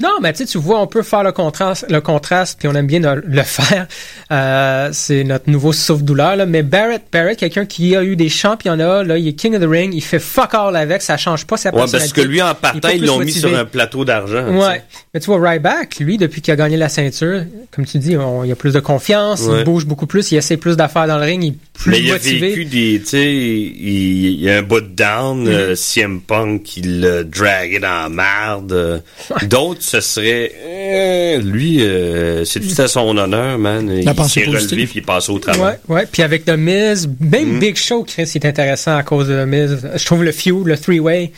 Non, mais tu sais, tu vois, on peut faire le contraste, le contraste, puis on aime bien le, le faire. Euh, c'est notre nouveau souffle-douleur, là. Mais Barrett, Barrett, quelqu'un qui a eu des championnats, là, il est King of the Ring, il fait fuck all avec, ça change pas sa
Ouais,
personnalité.
parce que lui, en partant,
Il est pas
ils
plus
l'ont mis
motivé.
sur un plateau d'argent. tu
Ouais.
sais.
Mais tu vois, Ryback, lui, depuis qu'il a gagné la ceinture, comme tu dis, on- il a plus de confiance,
Ouais.
il bouge beaucoup plus, il essaie plus d'affaires dans le ring, il est plus
Mais il a
motivé.
vécu des, tu sais, il, il y a un bout de down,
Mm-hmm.
euh, CM Punk, il le draguait dans la marde. euh. D'autres, ce serait, euh, lui, euh, c'est tout à son honneur, man.
La
Il s'est
pensée
relevé
positive.
puis il est passé au travail. Mm-hmm.
Ouais, ouais. Puis avec The Miz, même Big Show, Chris, il est intéressant à cause de The Miz. Je trouve le feud, le three-way,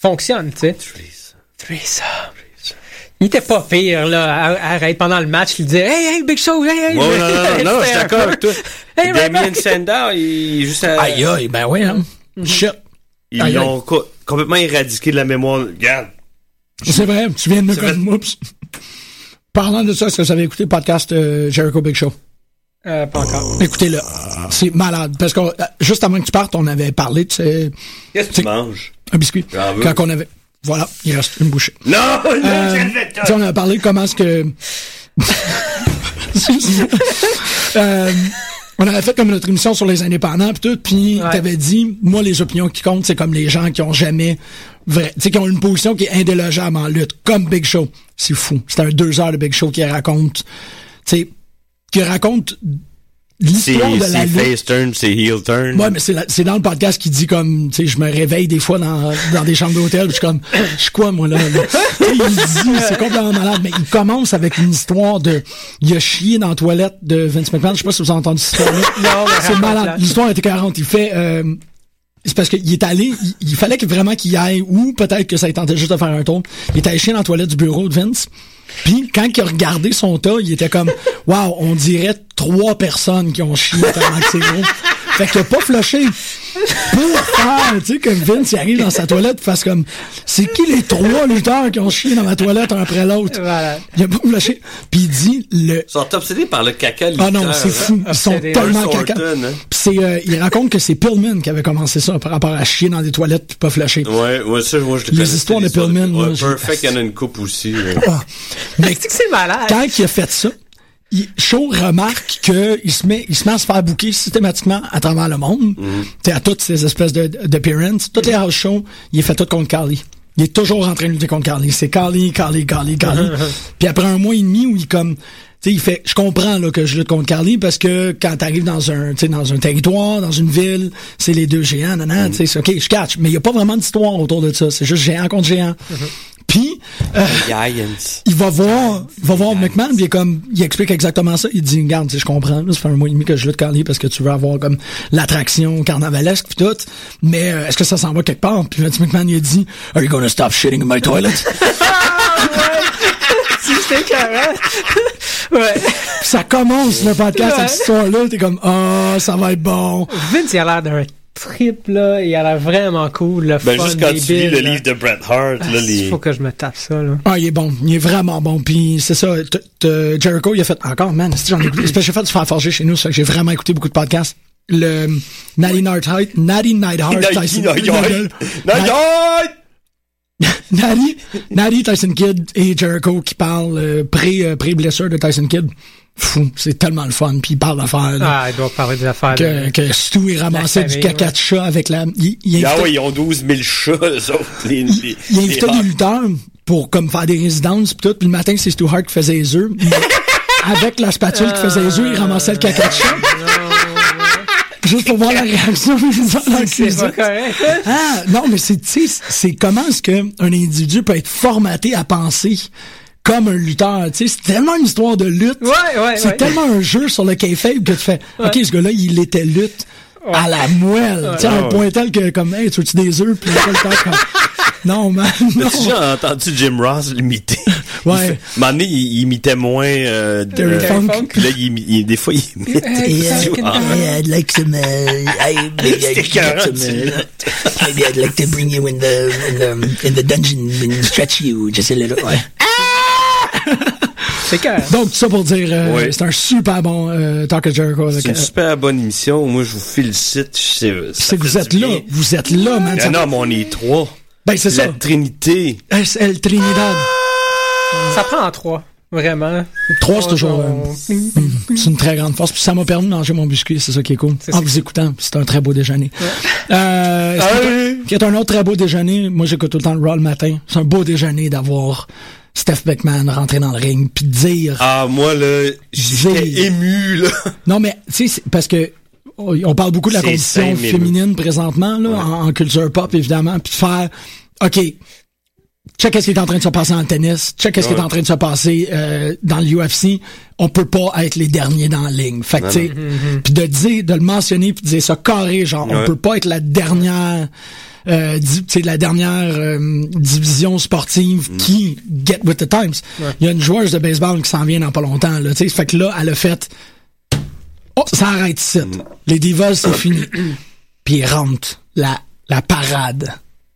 fonctionne, tu sais. Threesome. Il était pas pire, là. à- Arrête, pendant le match, il disait Hey, hey, Big Show, hey, hey.
Ouais, non, non, non, non, je suis d'accord avec toi.
Hey,
Damien
Ryback.
Sandow, il est juste à-
Aïe, aïe, ben oui, hein.
Mm-hmm.
Shit.
Ils
aïe,
l'ont co- complètement éradiqué de la mémoire. Regarde.
C'est vrai, tu viens de me
C'est vrai.
comme oups. Parlant de ça, est-ce que vous avez écouté le podcast euh, Jericho Big Show?
Euh, pas encore.
Écoutez-le. C'est malade. Parce que juste avant que tu partes, on avait parlé de ces-
Qu'est-ce que tu manges?
un biscuit.
J'en veux.
Quand on avait. Voilà, il reste une bouchée.
Non, non,
Euh,
je le fais
tu sais, on a parlé de comment est-ce que. Euh, on avait fait comme notre émission sur les indépendants puis tout, puis
Ouais.
t'avais dit, moi les opinions qui comptent, c'est comme les gens qui ont jamais, vrai, tu sais, qui ont une position qui est indélogeable en lutte, comme Big Show. C'est fou. C'est un deux heures de Big Show qui raconte, tu sais, qui raconte
C'est
l'histoire de la
c'est
lutte.
face turn, c'est heel turn.
Ouais, mais c'est la- c'est dans le podcast qui dit comme, tu sais, je me réveille des fois dans, dans des chambres d'hôtel, puis je suis comme, je suis quoi, moi, là? là? Tu sais, il dit, c'est complètement malade, mais il commence avec une histoire de, il a chié dans la toilette de Vince McMahon, je sais pas si vous avez entendu cette histoire
Non, mais
Ah, C'est
raconte-la.
malade. L'histoire était 40. Il fait, euh, c'est parce qu'il est allé, il, il fallait que vraiment qu'il y aille, ou peut-être que ça lui tentait juste de faire un tour. Il est allé chier dans la toilette du bureau de Vince. Puis quand il a regardé son tas, il était comme Wow, on dirait trois personnes qui ont chié tellement que c'est gros. Fait qu'il a pas flushé. Pour faire, tu sais, que Vince il arrive dans sa toilette, fasse comme C'est qui les trois lutteurs qui ont chié dans ma toilette un après l'autre?
Voilà.
Il a pas flushé. Puis il dit le
Ils sont obsédés par le caca
ah
lutteur,
non, c'est
hein.
fou. Ils sont
Obsédé.
tellement
Bruce
caca.
Orton, hein.
Puis c'est, euh, il raconte que c'est Pillman qui avait commencé ça par rapport à chier dans des toilettes puis pas flasher.
Ouais, ouais, ça, moi, je le
Les
connaissais,
histoires de
l'histoire
Pillman,
Ouais,
là, je-
Perfect, il y en a une coupe aussi. là.
Ah. Mais
C'est que c'est malade.
quand il a fait ça, il, Shaw remarque que il se met, il se met à se faire bouquer systématiquement à travers le monde. T'sais, à toutes ces espèces de d'appearances, toutes les house shows, il est fait tout contre Carly. Il est toujours en train de lutter contre Carly. C'est Carly, Carly, Carly, Carly. Puis après un mois et demi où il comme, tu sais, il fait, je comprends là que je lutte contre Carly parce que quand t'arrives dans un, tu sais, dans un territoire, dans une ville, c'est les deux géants, nanan, tu sais, c'est ok, je catch. Mais il y a pas vraiment d'histoire autour de ça. C'est juste géant contre géant. Puis euh, il va voir, il va voir McMahon, puis il est comme, il explique exactement ça. Il dit, regarde, tu sais, je comprends, là, ça fait un mois et demi que je lutte Carly parce que tu veux avoir comme l'attraction carnavalesque puis tout, mais euh, est-ce que ça s'en va quelque part? Puis Vince McMahon, il a dit, are you gonna stop shitting in my toilet?
C'était carré. ouais.
Puis ça commence le podcast,
Ouais.
cette histoire-là, t'es comme, ah, ça va être bon.
Vince, il a l'air d'un trip, là. Il a l'air vraiment cool. Le
Ben,
fun,
juste quand
débile,
tu lis le
là.
livre
hein.
de Bret Hart, là,
Il
les...
faut que je me tape ça, là.
Ah, il est bon. Il est vraiment bon. Puis c'est ça. t- t- Jericho, il a fait encore, man. esti, J'en ai écouté. C'est parce que j'ai fait du faire forger chez nous. ça fait que j'ai vraiment écouté beaucoup de podcasts. Le euh, Natty Nightheart. Natty Nightheart. Tyson- Natty- Natty, Natty, Tyson Kidd et Jericho qui parlent euh, pré, euh, pré-blessure de Tyson Kidd. Fou, c'est tellement le fun. Puis il parle d'affaires. là,
Ah, il doit parler des affaires.
Que,
de-
que Stu il ramassait
La
du
famille,
caca
ouais.
de chat avec la. Il, il
Ah
invitait-
ouais, ils ont 12 000 chats, eux autres. Les, les,
il
les
invitait
Hart.
des lutteurs pour comme faire des résidences pis tout, puis le matin c'est Stu Hart qui faisait les œufs. Mais Avec la spatule qui faisait les œufs, il ramassait le caca de chat. Juste pour voir la réaction des gens dans le
C'est
cuisine.
pas correct.
Ah, non, mais c'est, tu sais, c'est comment est-ce qu'un individu peut être formaté à penser comme un lutteur, tu sais, c'est tellement une histoire de lutte.
Ouais, ouais,
C'est
ouais.
tellement un jeu sur le kayfabe que tu fais, OK, ce gars-là, il était lutte à la moelle. Tu sais, à un point tel que, comme, hey, tu veux-tu des œufs? Puis il fait le temps comme, non, man, non.
As-tu déjà entendu Jim Ross l'imiter?
Ouais.
Il fait- un moment donné, il, il imitait moins... Euh, de-
Terry
euh,
Funk.
Puis là, il, imi- il- des fois, il imite...
Yeah,
Stu Hart.
I'd like some, uh, I, maybe
C'était
I'd get
carré,
some,
tu
uh, maybe I'd like to bring you in the, in the, in the dungeon and stretch you just a little. Ouais.
C'est carré.
Donc, tout ça pour dire, euh,
Ouais.
c'est un super bon euh, Talk of Jericho. avec,
C'est une
euh,
super bonne émission. Moi, je vous félicite. Je sais, ça
c'est que vous
fait
êtes
du
là,
bien.
vous êtes là, man.
Ah
ça-
non, mais on est trois.
ben, c'est
La
ça.
Trinité.
SL Trinidad.
Ça prend en trois. Vraiment.
Trois, c'est toujours. euh, c'est une très grande force. Puis ça m'a permis de manger mon biscuit, c'est ça qui est cool. En vous écoutant, c'est un très beau déjeuner. Euh, ce qui est- qui est un autre très beau déjeuner. Moi, j'écoute tout le temps le Raw le matin. C'est un beau déjeuner d'avoir Steph Beckman rentrer dans le ring puis dire.
Ah, moi, là, j'étais
Zé.
ému, là.
Non, mais tu sais, c'est- parce que on on parle beaucoup de la
C'est
condition
cinq minutes.
féminine présentement, là, en, en culture pop, évidemment, puis de faire OK. Check qu'est-ce qui est en train de se passer dans le tennis, check qu'est-ce qui
Ouais.
est en train de se passer euh, dans l'UFC, on peut pas être les derniers dans la ligne. Fait que
Non,
tu sais,
non. Mm-hmm.
puis de dire de le mentionner puis de dire ça carré genre on
Ouais.
peut pas être la dernière euh, di- tu sais, la dernière euh, division sportive
Mm.
qui get with the times. Il
Ouais.
y a une joueuse de baseball qui s'en vient dans pas longtemps là, tu sais, fait que là elle a fait Oh, ça arrête ici. Les Divas, c'est fini. Puis ils rentrent la, la parade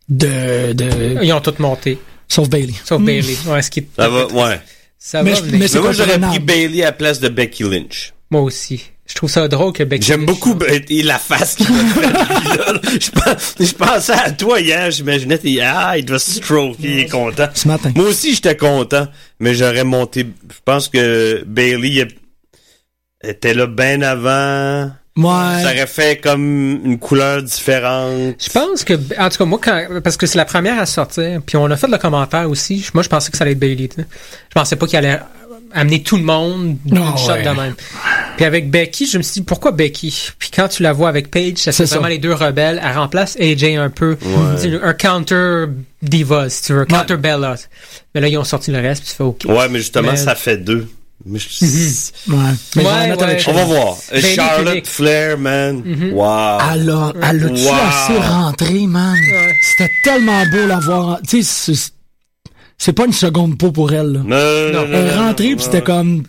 de, de.
Ils ont tout monté.
Sauf Bailey.
Sauf Bailey. Ouais, ce qui est-
Ça va, ouais.
ça
Mm. mais
va
je-
venir.
mais c'est
Mais moi, j'aurais pris
comprenable.
Bailey à la place de Becky Lynch.
Moi aussi. Je trouve ça drôle que Becky.
J'aime beaucoup Be- et la face qu'il a faite, lui, là. Je, pense- je pensais à toi hier, j'imaginais, t'es- ah, il doit se stroke, il est content.
Ce matin.
Moi aussi, j'étais content, mais j'aurais monté. Je pense que Bailey était là bien avant. Ça
Ouais.
aurait fait comme une couleur différente.
Je pense que, en tout cas, moi, quand, parce que c'est la première à sortir, puis on a fait le commentaire aussi. je- Moi, je pensais que ça allait être Bailey. tu sais. Je pensais pas qu'il allait amener tout le monde d'une
Ah,
shot
ouais.
de même. Puis avec Becky, je me suis dit pourquoi Becky. Puis quand tu la vois avec Paige, ça fait
C'est ça.
vraiment les deux rebelles. Elle remplace AJ un peu, Tu sais, un counter diva, si tu veux, counter Bella. Mais là, ils ont sorti le reste, puis tu fais ok.
Ouais, mais justement,
Mais-
ça fait deux. Mais je-
Ouais. Mais je vais la
Ouais,
mettre
ouais.
avec
On va voir. Euh,
Bailey
Charlotte
Phoenix.
Flair, man.
Mhm.
Wow.
Alors, elle a-tu
Wow.
assez rentré, man? C'était tellement beau la voir. Tu sais, c'est- c'est pas une seconde peau pour elle, là.
Non, non,
Elle est
non,
rentrée,
non,
puis
non.
c'était comme.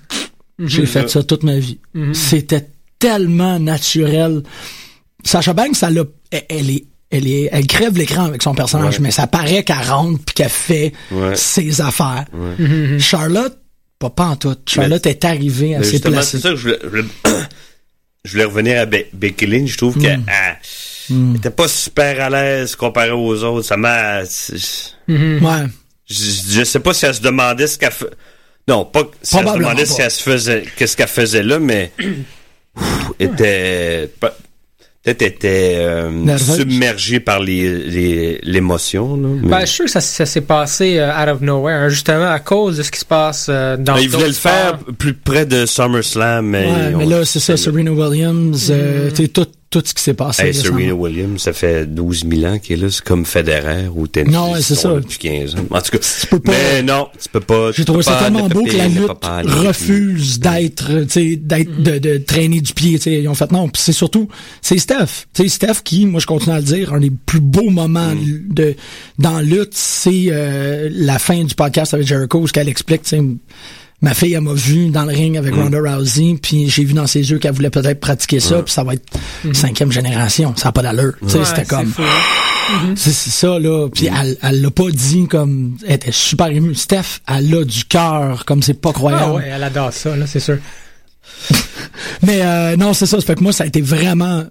Mhm.
J'ai fait ça toute ma vie. C'était tellement naturel. Sacha Banks, elle, a- elle- elle est. Elle, est, elle crève l'écran avec son personnage,
Ouais.
mais ça paraît qu'elle rentre puis qu'elle fait
Ouais.
ses affaires. Mhm, Charlotte, pas, pas en tout. Charlotte est arrivée à
Mais
ses
Euh, justement,
places.
c'est ça que je voulais, je voulais- je voulais revenir à Be- Becky Lynch. Je
Hmm.
trouve qu'elle elle- elle était pas super à l'aise comparée aux autres. Ça m'a. c'est-
Ouais.
Je, je sais pas si elle se demandait ce qu'elle fait. Non, pas que- si elle se
Probablement
demandait si
pas.
elle se faisait. Qu'est-ce qu'elle faisait là, mais. Ouf, était. pas- Peut-être était euh,
Nerveuse.
submergée par les- les- l'émotion. là, mais-
Ben, je suis sûr que ça, ça s'est passé euh, out of nowhere, hein, justement à cause de ce qui se passe euh, dans
Ben,
le
ils voulaient le faire plus près de SummerSlam, mais.
Ouais,
on- Mhm.
mais là, c'est ça, Serena Williams, euh, tu sais, tout, tout ce qui s'est passé.
Hey,
récemment.
Serena Williams, ça fait 12 000 ans qu'elle est là. C'est comme Federer ou tennis.
Non, ouais,
ils
c'est
sont là
ça.
Depuis 15 ans. En tout cas, tu
peux pas-
Mais non, tu peux pas. tu
J'ai trouvé
peux
ça
pas
tellement
ne
beau
pas
que la
payer, ne
lutte
pas parler.
refuse d'être, euh, tu sais, d'être, de, de traîner du pied, tu sais. Ils ont fait non. Puis c'est surtout, c'est Steph. Tu sais, Steph qui, moi, je continue à le dire, un des plus beaux moments de, dans lutte, c'est euh, la fin du podcast avec Jericho, où elle explique, tu sais, ma fille, elle m'a vu dans le ring avec Ronda Rousey, puis j'ai vu dans ses yeux qu'elle voulait peut-être pratiquer ça, puis ça va être cinquième génération. Ça n'a pas d'allure. Tu sais, c'était comme.
hein.
C'est c'est ça, là. Puis
Mm.
elle, elle l'a pas dit comme. Elle était super émue. Steph, elle a du cœur, comme c'est pas croyable.
Ah ouais, elle adore ça, là, c'est sûr.
Mais euh, non, c'est ça. Ça fait que moi, ça a été vraiment.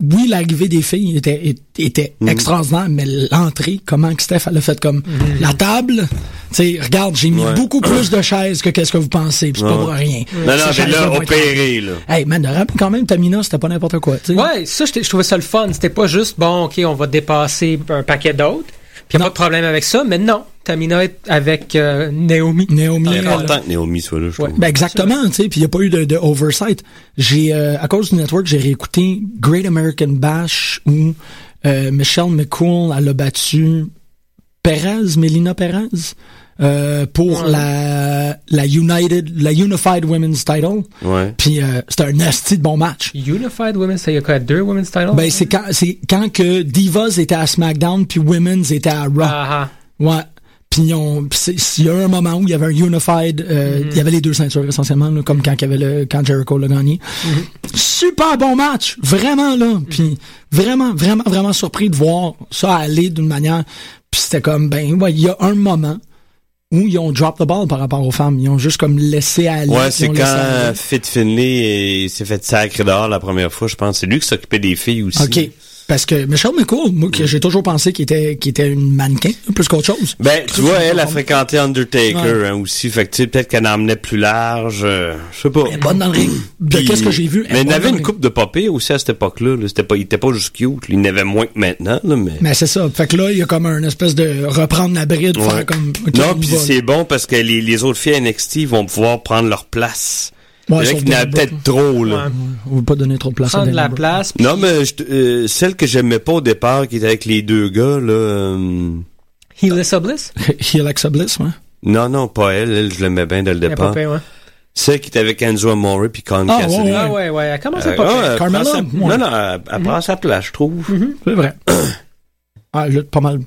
Oui, l'arrivée des filles était, était
Mm.
extraordinaire, mais l'entrée, comment que Steph, elle a fait comme la table. Tu sais, regarde, j'ai mis
Mm. Ouais.
beaucoup plus de chaises que qu'est-ce que vous pensez, puis c'est pas
Ouais.
pour rien.
Non, non,
Ces
mais
chaises-là
là,
vont être-
opéré, là.
Hey, man, de rap- quand même, Tamina, c'était pas n'importe quoi. tu sais.
Ouais, ça, j'étais- je trouvais ça le fun. C'était pas juste, bon, OK, on va dépasser un paquet d'autres. Puis y a pas de problème avec ça, mais non. Tamina est avec euh, Naomi.
Naomi,
C'est
Ouais, là.
important que Naomi soit là, je trouve.
Ben exactement, tu sais, puis il n'y a pas eu de, de oversight. J'ai euh, à cause du network, j'ai réécouté Great American Bash où euh, Michelle McCool elle a battu Perez, Melina Perez euh, pour la la United la Unified Women's Title.
Ouais.
Puis euh, c'était un nasty de bon match.
Unified Women's, ça y a quoi, deux Women's titles?
Ben c'est quand c'est quand que Divas était à SmackDown puis Women's était à Raw.
Ah, ah.
Ouais. Puis ils ont- puis c'est- il y a eu un moment où il y avait un unified, euh,
Mm-hmm.
il y avait les deux ceintures essentiellement, là, comme quand, il y avait le, quand Jericho l'a gagné.
Mm-hmm.
Super bon match, vraiment là. Puis vraiment, vraiment, vraiment surpris de voir ça aller d'une manière. Puis c'était comme, ben ouais, il y a un moment où ils ont drop the ball par rapport aux femmes. Ils ont juste comme laissé aller.
Ouais,
ils
c'est
ont
quand
laissé aller.
euh, Fit Finlay euh, s'est fait sacrer dehors la première fois, je pense. C'est lui qui s'occupait des filles aussi.
OK. Parce que Michelle McCool, moi, que j'ai toujours pensé qu'il était, qu'il était une mannequin, plus qu'autre chose.
Ben, tu
Plus
vois,
qu'une
elle a
forme.
fréquenté Undertaker
Ouais.
hein, aussi. Fait que, tu sais, peut-être qu'elle en emmenait plus large. euh, je sais pas.
Elle est Ben, bonne dans le ring. De
Puis-
qu'est-ce que j'ai vu? elle
Mais
est
il
bonne
avait
dans le
une
ring.
coupe de papier aussi à cette époque-là. là. C'était pas, il était pas juste cute. là. Il n'avait moins que maintenant, là, mais.
Mais c'est ça. Fait que là, il y a comme un espèce de reprendre la bride,
Ouais.
faire comme. ok,
non,
on
puis
va, là.
c'est bon parce que les, les autres filles à NXT vont pouvoir prendre leur place.
Ouais,
il y en a
sauf
qui en avaient
Dana Brooke,
peut-être trop, là.
On veut pas donner trop de place à
Prendre
Dana
la
Brooke.
place.
Non, mais je- euh, celle que j'aimais pas au départ, qui était avec les deux gars, là. euh,
Healissa Bliss?
Heel Alexa Bliss, ouais.
non, non, pas elle. Elle, je l'aimais bien dès le
Elle est pas
départ.
pire, ouais.
Celle qui était avec Enzo Amore puis Con
Ah,
Cassidy.
ouais,
Ah ouais, ouais, elle commence à
Euh,
pas
ah,
pire.
elle
Carmella, Mm-hmm.
prend sa-
ouais.
Non, non, elle, elle prend sa place, je trouve.
C'est vrai. ah, elle lutte pas mal.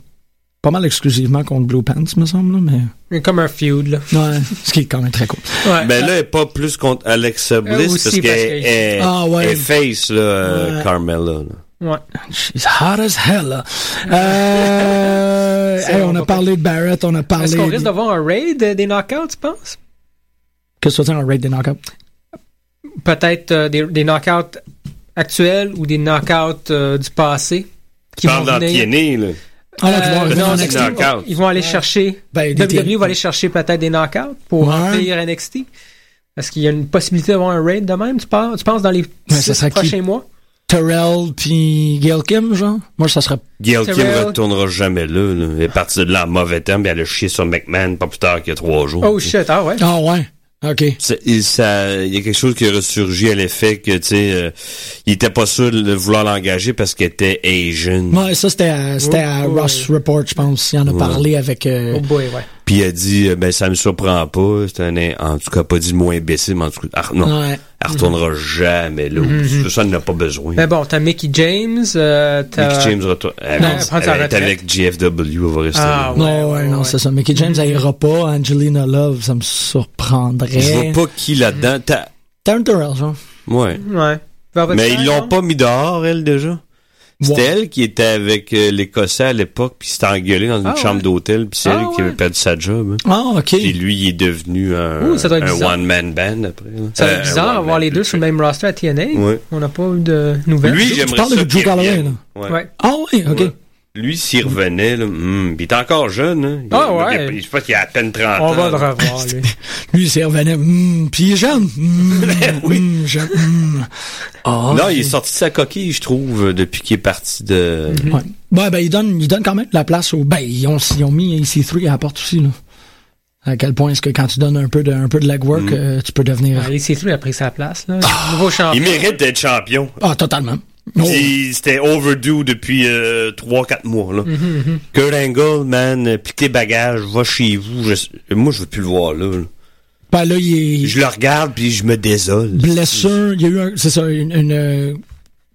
Pas mal exclusivement contre Blue Pants, me semble, là, mais.
Il y a Comme un feud, là.
Ouais, ce qui est quand même très cool.
Ouais.
Ben là, elle est pas plus contre Alexa Bliss
Euh, aussi,
parce
parce
qu'elle
que-
est,
Ah, ouais.
face, là, euh,
Ouais.
Carmella. là.
ouais.
She's hot as hell. là. Euh,
C'est
hey, on
vraiment
a parlé de Barrett, on a parlé.
Est-ce qu'on risque
de-
d'avoir un raid euh, des knockouts, tu penses?
Qu'est-ce que tu veux dire un raid des knockouts?
Peut-être euh, des, des knockouts actuels ou des knockouts euh, du passé qui
Tu parles
vont
dans
venir.
Pied-Nez, là.
Ah, là,
Euh,
tu vas revenir
non,
en
des
NXT,
NXT.
knockouts.
ils vont aller chercher.
Ben, des-
WWE va aller chercher peut-être des knockouts pour
Ouais.
remplir NXT. Est-ce qu'il y a une possibilité d'avoir un raid de même, tu penses, tu penses dans les
Mais Ben, ça
six
serait qui?
prochains mois?
Terrell puis Gail Kim, genre? Moi, ça serait.
Gail
C'est
Kim
vrai.
retournera jamais là, là. Elle est partie de là en mauvais temps, puis elle a chié sur McMahon pas plus tard qu'il y a trois jours.
Oh shit, ah ouais.
Ah, ouais. OK.
C'est- Il ça- il y a quelque chose qui a ressurgi à l'effet que, tu sais, euh, il était pas sûr de vouloir l'engager parce qu'elle était Asian.
Ouais, ça, c'était à, c'était à
Oh,
Ross Report, je pense. Il en a parlé avec. euh,
Oh boy, ouais.
Puis il a dit, euh, ben ça me surprend pas, c'est un, in- en tout cas pas dit le mot imbécile, mais en tout cas, ah, non,
Ouais.
elle retournera jamais là.
Mm-hmm.
Ça, elle n'a pas besoin.
Mais Ben, bon, t'as Mickey James, euh, t'as...
Mickey James retourne. Elle,
Non,
elle-
elle prend sa
elle est
retraite.
avec GFW, elle va rester là.
Ah, ouais,
non, Oh, ouais,
ouais,
non,
ouais.
c'est ça. Mickey James, elle ira pas. Angelina Love, ça me surprendrait.
Je vois pas qui là-dedans. t'as-
Taryn Terrell, genre.
Ouais.
Ouais. Velvet
Mais
Sky,
ils
non?
l'ont pas mis dehors, elle, déjà. C'était
Ouais.
elle qui était avec euh, l'Écossais à l'époque, puis s'était engueulée dans une
Ah,
chambre
ouais.
d'hôtel, puis c'est
Ah,
elle qui
ouais.
avait perdu sa job. hein.
Ah, OK.
Puis lui, il est devenu un,
Ouh, ça doit être
un
bizarre.
one-man band après. là.
Ça
Euh,
serait
un
bizarre
one-man
avoir les deux
band.
sur le même roster à TNA.
Ouais.
On n'a pas eu de nouvelles.
Lui,
Tu
j'aimerais
parles de
ça.
Drew
qu'il
Galloway,
revienne. Ouais.
Ouais.
Ah, ouais, OK.
Ouais. Lui, s'il revenait, là, hum, puis il est encore jeune. Hein. Il-
Ah, ouais.
il- Je pense qu'il a à peine 30 ans.
On va le
là.
revoir, lui.
Lui, c'est revenait. hmm, puis il est jeune. Hmm, hmm, jeune, hmm. Ah,
Non, il est
ok.
sorti de sa coquille, je trouve, euh, depuis qu'il est parti
Mhm.
de...
Ouais. Ouais, ben, il donne, il donne quand même de la place au. Ben, ils ont, ils ont mis EC3 à la porte aussi, là. À quel point est-ce que quand tu donnes un peu de, un peu de legwork,
Mm.
euh, tu peux devenir.
Allez, c'est tout, il a pris sa place, là. Nouveau champion.
Ah, Il mérite d'être champion.
Ah, totalement. Ah. Oh.
Puis c'était overdue depuis euh, 3-4 mois.
Mm-hmm,
Là. Kurt Angle, man, euh, pique tes bagages, va chez vous. Je- moi, je veux plus le voir là. là.
Ben, là, il est.
Je le regarde, puis je me désole.
blessure, il y a eu un, c'est ça, une, une, euh,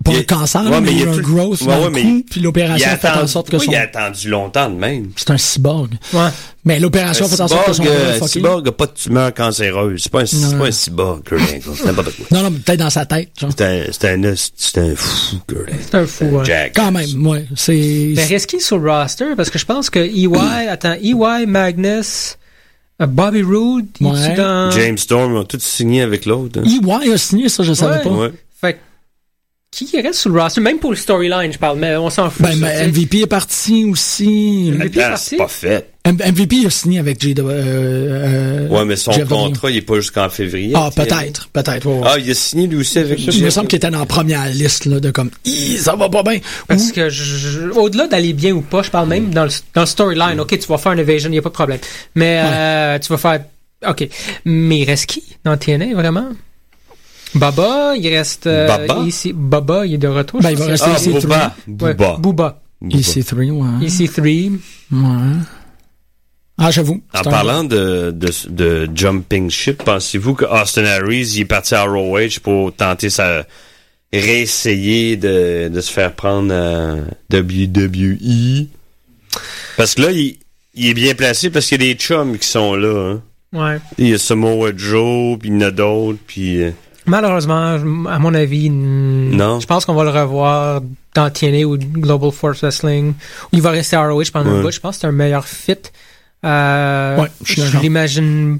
pas
Il y a-
un cancer,
Ouais,
mais il y a eu
tout
un
le-
growth
Ouais,
dans
ouais,
le
mais
cou,
il-
puis
il
l'opération
a
a fait en
attendu-
sorte que son,
pourquoi il a attendu longtemps de même.
c'est un cyborg.
Ouais.
Mais l'opération a fait en sorte que son
cyborg,
bras
euh,
est fucké.
cyborg a pas de tumeur cancéreuse. C'est pas un, c'est
Non.
pas un cyborg, Kurt Angle. C'est n'importe quoi.
Non, non, mais peut-être dans sa tête, genre.
C'est un, c'est un, os- c'est un fou, Kurt Angle.
C'est un fou, hein. ouais.
Jack.
Quand même, ouais, c'est,
Ben,
Mais Ben, risqué sur le roster, parce que je pense que EY, attends, EY, Magnus, euh, Bobby Roode, il
Ouais.
est dans...
James Storm ont tous signé avec l'autre. hein.
EY E a signé ça, je savais
Ouais.
pas.
Ouais.
Fait que, qui reste sur le roster? Même pour le storyline, je parle, mais on s'en fout.
Ben,
ça,
mais
tu sais.
MVP est parti aussi.
Le MVP est
Attends,
parti.
c'est pas fait.
M- MVP a signé avec JW. Euh, euh,
Ouais, mais son
Jeff Gordon.
contrat, il est pas jusqu'en février.
Ah,
tu sais.
peut-être, peut-être. ouais, ouais.
Ah, il a signé lui aussi avec
il me semble qu'il était dans la première liste là, de comme Ih, ça va pas bien.
Parce que, je- je- au-delà d'aller bien ou pas, je parle même dans le, dans le storyline. OK, tu vas faire une evasion, il n'y a pas de problème. Mais euh, tu vas faire... OK. Mais il reste qui dans TNA, vraiment? Baba, il reste... euh,
Baba?
Ici. Baba, il est de retour.
Ben,
je
il
pense
va
que-
rester
Ah,
ici.
Booba.
Ouais,
Booba.
Booba.
Booba.
EC3, E ouais. hein.
EC3.
Ouais. Ah, j'avoue.
En
c'est un-
parlant de, de, de jumping ship, pensez-vous que Austin Harris il est parti à ROH pour tenter sa réessayer de, de se faire prendre euh, à WWE? E? Parce que là, il, il est bien placé parce qu'il y a des chums qui sont là. hein.
Ouais.
Il y a Samoa Joe, puis il y en a d'autres, puis... euh,
Malheureusement, je- à mon avis, n-
Non.
Je pense qu'on va le revoir dans TNA ou Global Force Wrestling. Ou il va rester à ROH pendant
Ouais.
un bout. Je pense que c'est un meilleur fit. Euh,
Ouais, je suis
je
d'accord.
l'imagine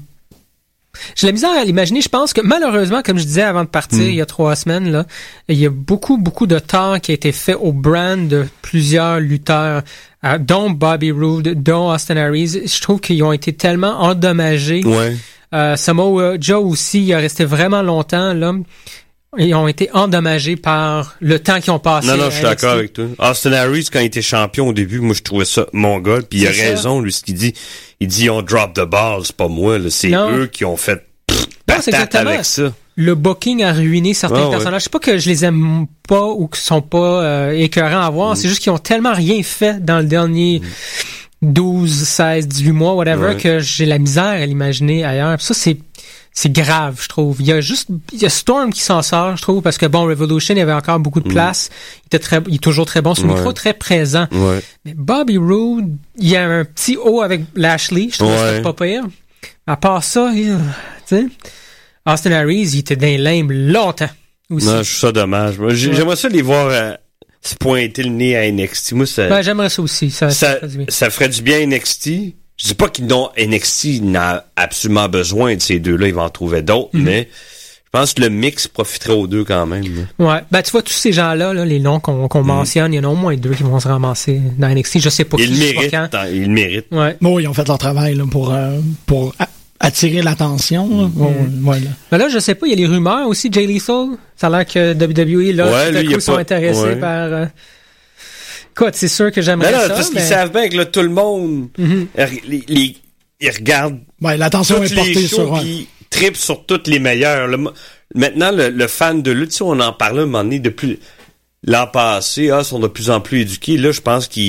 J'ai la misère à l'imaginer. Je pense que malheureusement, comme je disais avant de partir
Mm.
il y a trois semaines, là, il y a beaucoup, beaucoup de temps qui a été fait au brand de plusieurs lutteurs, euh, dont Bobby Roode, dont Austin Aries. Je trouve qu'ils ont été tellement endommagés.
Ouais.
Euh, Samoa Joe aussi, il a resté vraiment longtemps. Là. Ils ont été endommagés par le temps qu'ils ont passé.
Non, non,
à
je suis d'accord
NXT.
avec toi. Austin Harris, quand il était champion au début, moi, je trouvais ça mon gars. Puis il a
C'est ça.
raison, lui, ce qu'il dit. Il dit, on drop the ball, c'est pas moi, là. C'est
Non.
eux qui ont fait pff,
Non, c'est
patate
exactement.
avec ça.
le booking a ruiné certains
Ah, ouais.
personnages. Je sais pas que je les aime pas ou qu'ils sont pas euh, écœurants à voir,
Mm.
c'est juste qu'ils ont tellement rien fait dans le dernier 12, 16, 18 mois, whatever,
Mm. Ouais.
que j'ai la misère à l'imaginer ailleurs. Puis Ça, c'est c'est grave, je trouve. Il y a juste il y a Storm qui s'en sort, je trouve, parce que bon, Revolution, il y avait encore beaucoup de place. Il était très, il est toujours très bon sur le
Mm. Ouais.
micro, très présent.
Ouais.
Mais Bobby Roode, il y a un petit haut avec Lashley, je trouve
Ouais.
ça pas pire. À part ça, il- tu sais, Austin Harris, il était dans les limbes longtemps aussi.
Non, je trouve ça dommage. Moi, j'ai-
Ouais.
J'aimerais ça les voir euh, se pointer le nez à NXT. Moi, ça,
Ben, j'aimerais ça aussi. Ça, ça
ça,
fait du bien.
ça ferait du bien à NXT. Je dis pas qu'ils n'ont NXT n'a absolument besoin de ces deux-là, ils vont en trouver d'autres,
Mhm.
mais je pense que le mix profiterait aux deux quand même. là.
Ouais. Ben, tu vois, tous ces gens-là, là, les noms qu'on
Mm.
qu'on mentionne, il y en a au moins deux qui vont se ramasser dans NXT. Je sais pas
Ils
qui,
le
je sais pas
méritent.
quand.
hein, Ils le méritent.
Ouais.
Bon, ils ont fait leur travail là, pour, euh, pour a- attirer l'attention. là.
Mm-hmm.
Bon, voilà.
Mais Ben là, je sais pas, il y a les rumeurs aussi, Jay Lethal. Ça a l'air que WWE, là,
Ouais,
tout à
lui, il
coup,
y a
sont
pas-
intéressés
ouais.
par... euh, Écoute, c'est sûr que
Mais
j'aimerais
là,
ça,
parce qu'ils
mais- Mm-hmm.
savent bien que là, tout le monde, re- les- les- ils regardent
Ouais, l'attention
toutes
est portée
les shows,
sur un.
puis ils trippent sur toutes les meilleures. Le mo- maintenant, le, le fan de lutte, tu sais, on en parlait un moment donné depuis l'an passé, ah, ils sont de plus en plus éduqués. Là, je pense qu'ils,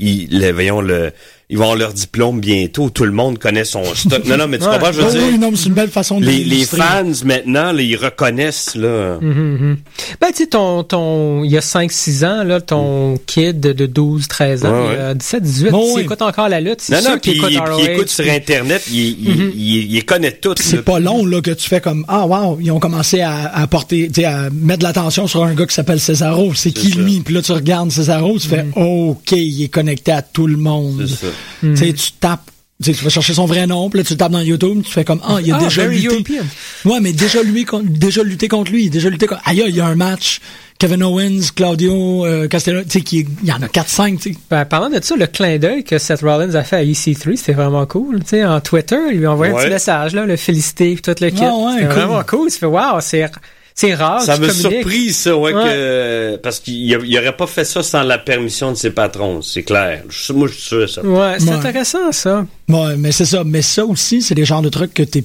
ils, le- voyons, le, ils vont avoir leur diplôme bientôt. Tout le monde connaît son stock. Non, non, mais tu
Ouais.
comprends, je
Bon,
veux
Oh, oui,
dire,
non, mais c'est une belle façon de
les, les
l'illustrer.
fans, maintenant, là, ils reconnaissent, là.
Mhm, mhm. Ben, tu sais, ton, ton, il y a 5-6 ans, là, ton kid de 12, 13 ans,
Ouais, ouais.
il a 17, 18,
Bon,
il
oui.
écoute encore la lutte. C'est
Non,
sûr
non,
qu'il
puis ils
écoute
puis ils
ROH,
écoutent sur
puis- Mm-hmm.
Internet, ils, ils, ils- ils connaissent tous.
C'est
là.
pas long là que tu fais comme ah wow ils ont commencé à, à porter tu sais, à mettre de l'attention sur un gars qui s'appelle Cesaro c'est qui
ça.
lui puis là tu regardes Cesaro tu fais
Mm.
ok il est connecté à tout le monde
C'est ça.
tu sais tu tapes tu sais, tu vas chercher son vrai nom, puis là, tu tapes dans YouTube, tu fais comme, ah, il a
Ah,
déjà
very
lutté.
European.
Ouais, mais déjà lui, con- déjà lutté contre lui, déjà lutté contre, aïe, aïe, il y a un match, Kevin Owens, Claudio, euh, Castellano, tu sais, qui est- il y en a 4-5, tu sais.
Ben, parlant de ça, le clin d'œil que Seth Rollins a fait à EC3, c'était vraiment cool. Tu sais, en Twitter, il lui a envoyé un
Ouais.
petit message, là, le féliciter, puis tout le kit.
Ah ouais,
c'était
cool.
vraiment cool. Tu fais, wow, c'est, c'est
Ah,
rare.
Ça
tu
me
communiques.
surpris, ça, ouais,
Ouais.
que, parce qu'il n'aurait pas fait ça sans la permission de ses patrons, c'est clair. Je suis- moi, je suis sûr de ça.
Ouais, c'est
Ouais.
intéressant, ça.
Ouais, mais c'est ça. Mais ça aussi, c'est des genres de trucs que t'es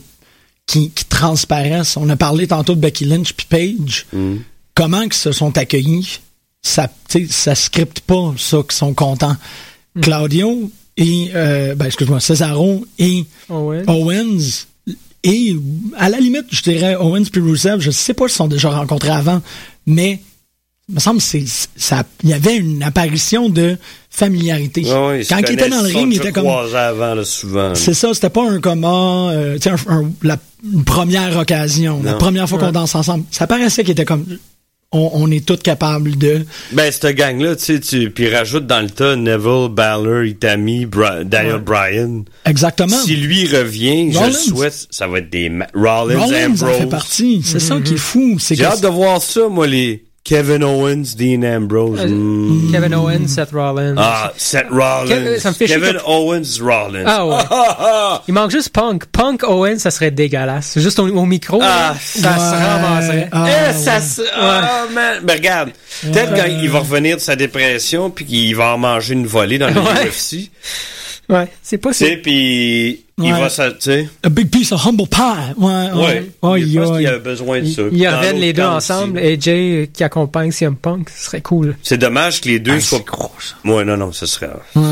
qui, qui transparaissent. On a parlé tantôt de Becky Lynch puis Paige.
Mm.
Comment qu'ils se sont accueillis? Ça, tu sais, ça scripte pas ça qu'ils sont contents. Claudio et euh, ben excuse-moi, Cesaro et
Oh, ouais.
Owens. Et à la limite, je dirais Owens puis Rusev, je sais pas s'ils se sont déjà rencontrés avant, mais il me semble que c'est ça il y avait une apparition de familiarité.
Ouais, ouais, ils se
Quand il était dans le
connaissent,
ring,
ils
il
sont
était
déjà
comme
croisés avant, là, souvent. là.
c'est ça, c'était pas un comment, euh, tu sais, un- un- la une première occasion, la
Non.
première fois qu'on danse ensemble. Ça paraissait qu'il était comme, on, on est tous capables de.
Ben, cette gang-là, tu sais, tu, puis rajoute dans le tas Neville, Balor, Itami, Bri- Daniel Bryan.
Exactement.
Si lui revient, je
Rollins.
le souhaite, ça va être des ma- Rollins,
Rollins en
Ambrose. Mm-hmm.
fait partie. C'est ça qui est fou. C'est
J'ai
que-
hâte de voir ça, moi, les Kevin Owens, Dean Ambrose.
Euh,
Mm.
Kevin Owens, Seth Rollins.
Ah, Seth Rollins.
Ke- ça me fait chier
Kevin
que-
Owens, Rollins.
Ah ouais.
ah, ah.
Il manque juste Punk. Punk Owen, ça serait dégueulasse. Juste au, au micro,
Ah,
là, ça
ouais.
se ramasserait.
Ah,
Eh,
ouais.
ça se... Ah, man. Mais regarde, peut-être quand il va revenir de sa dépression, puis qu'il va en manger une volée dans le
Ouais.
UFC,
Ouais, c'est
tu sais,
possible.
puis il
Ouais.
va se... Tu sais,
A big piece of humble pie. Ouais.
ouais.
ouais,
je pense
ouais.
qu'il a besoin de ça. Puis
Ils
dans
reviennent les
l'autre
deux
camp
ensemble.
aussi.
AJ euh, qui accompagne CM Punk, ce serait cool.
C'est dommage que les deux
Ah,
soient...
c'est gros, ça.
Ouais, non, non, ce serait...
Ouais, ouais.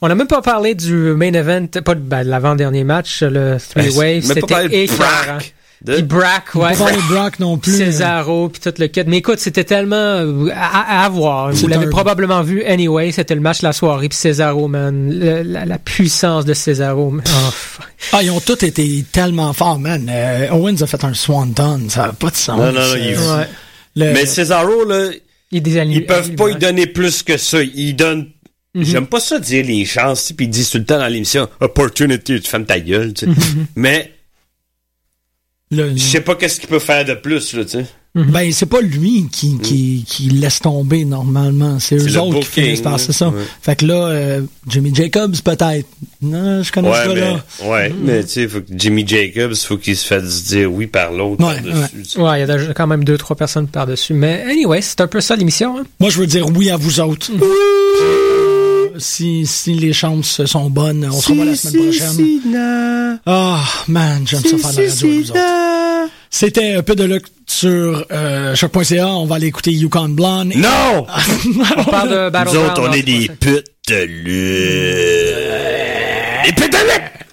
On n'a même pas parlé du main event, pas de, ben, de l'avant-dernier match, le Three Way.
Ben, Mais pas parler de
C'était écœurant.
Brack. De-
Puis Brack, ouais.
Pas parler de Brock non plus.
Cesaro, puis tout le kit. Mais écoute, c'était tellement euh, à, à- à voir. Vous
C'est
l'avez
un-
probablement vu anyway. C'était le match de la soirée. Puis Cesaro, man. Le- la, la puissance de Cesaro. man. Oh, fuck.
Ah, ils ont tous été tellement forts, man. Euh, Owens a fait un swan ton. Ça n'a pas de sens.
Non, non, non, il-
Euh,
Ouais.
le-
Mais Cesaro, là,
Il est désaligné-
ils peuvent pas
aligné.
lui donner plus que ça. Ils donnent...
Mhm.
J'aime pas ça dire les
Mhm.
chances, tu sais, puis ils disent tout le temps dans l'émission « Opportunity », tu fermes ta gueule, tu sais. Mais Je sais pas qu'est-ce qu'il peut faire de plus, là, tu sais.
Mm -hmm. Ben, c'est pas lui qui, qui, qui, laisse tomber normalement. Mm. C'est eux autres booking, qui finissent par c'est ça. Ouais. Fait que là, euh, Jimmy Jacobs, peut-être. Non, je connais
ouais,
ce
gars-là. Ouais, mm -hmm. mais tu sais, faut que Jimmy Jacobs, faut qu'il se fasse dire oui par l'autre.
Ouais, il ouais. y a quand même deux, trois personnes par-dessus. Mais anyway, c'est un peu ça l'émission. Hein?
Moi, je veux dire oui à vous autres. Mm -hmm. oui! Si, si les chances sont bonnes, on si, se revoit la semaine Mm. si, prochaine. Si, oh, man, j'aime ça faire de la radio à vous autres. C'était un peu de luck sur euh, choc.ca. On va aller écouter Yukon Blonde.
Non!
on parle de
Battle Nous autres, on est des putes de lutte. Des putes de lutte!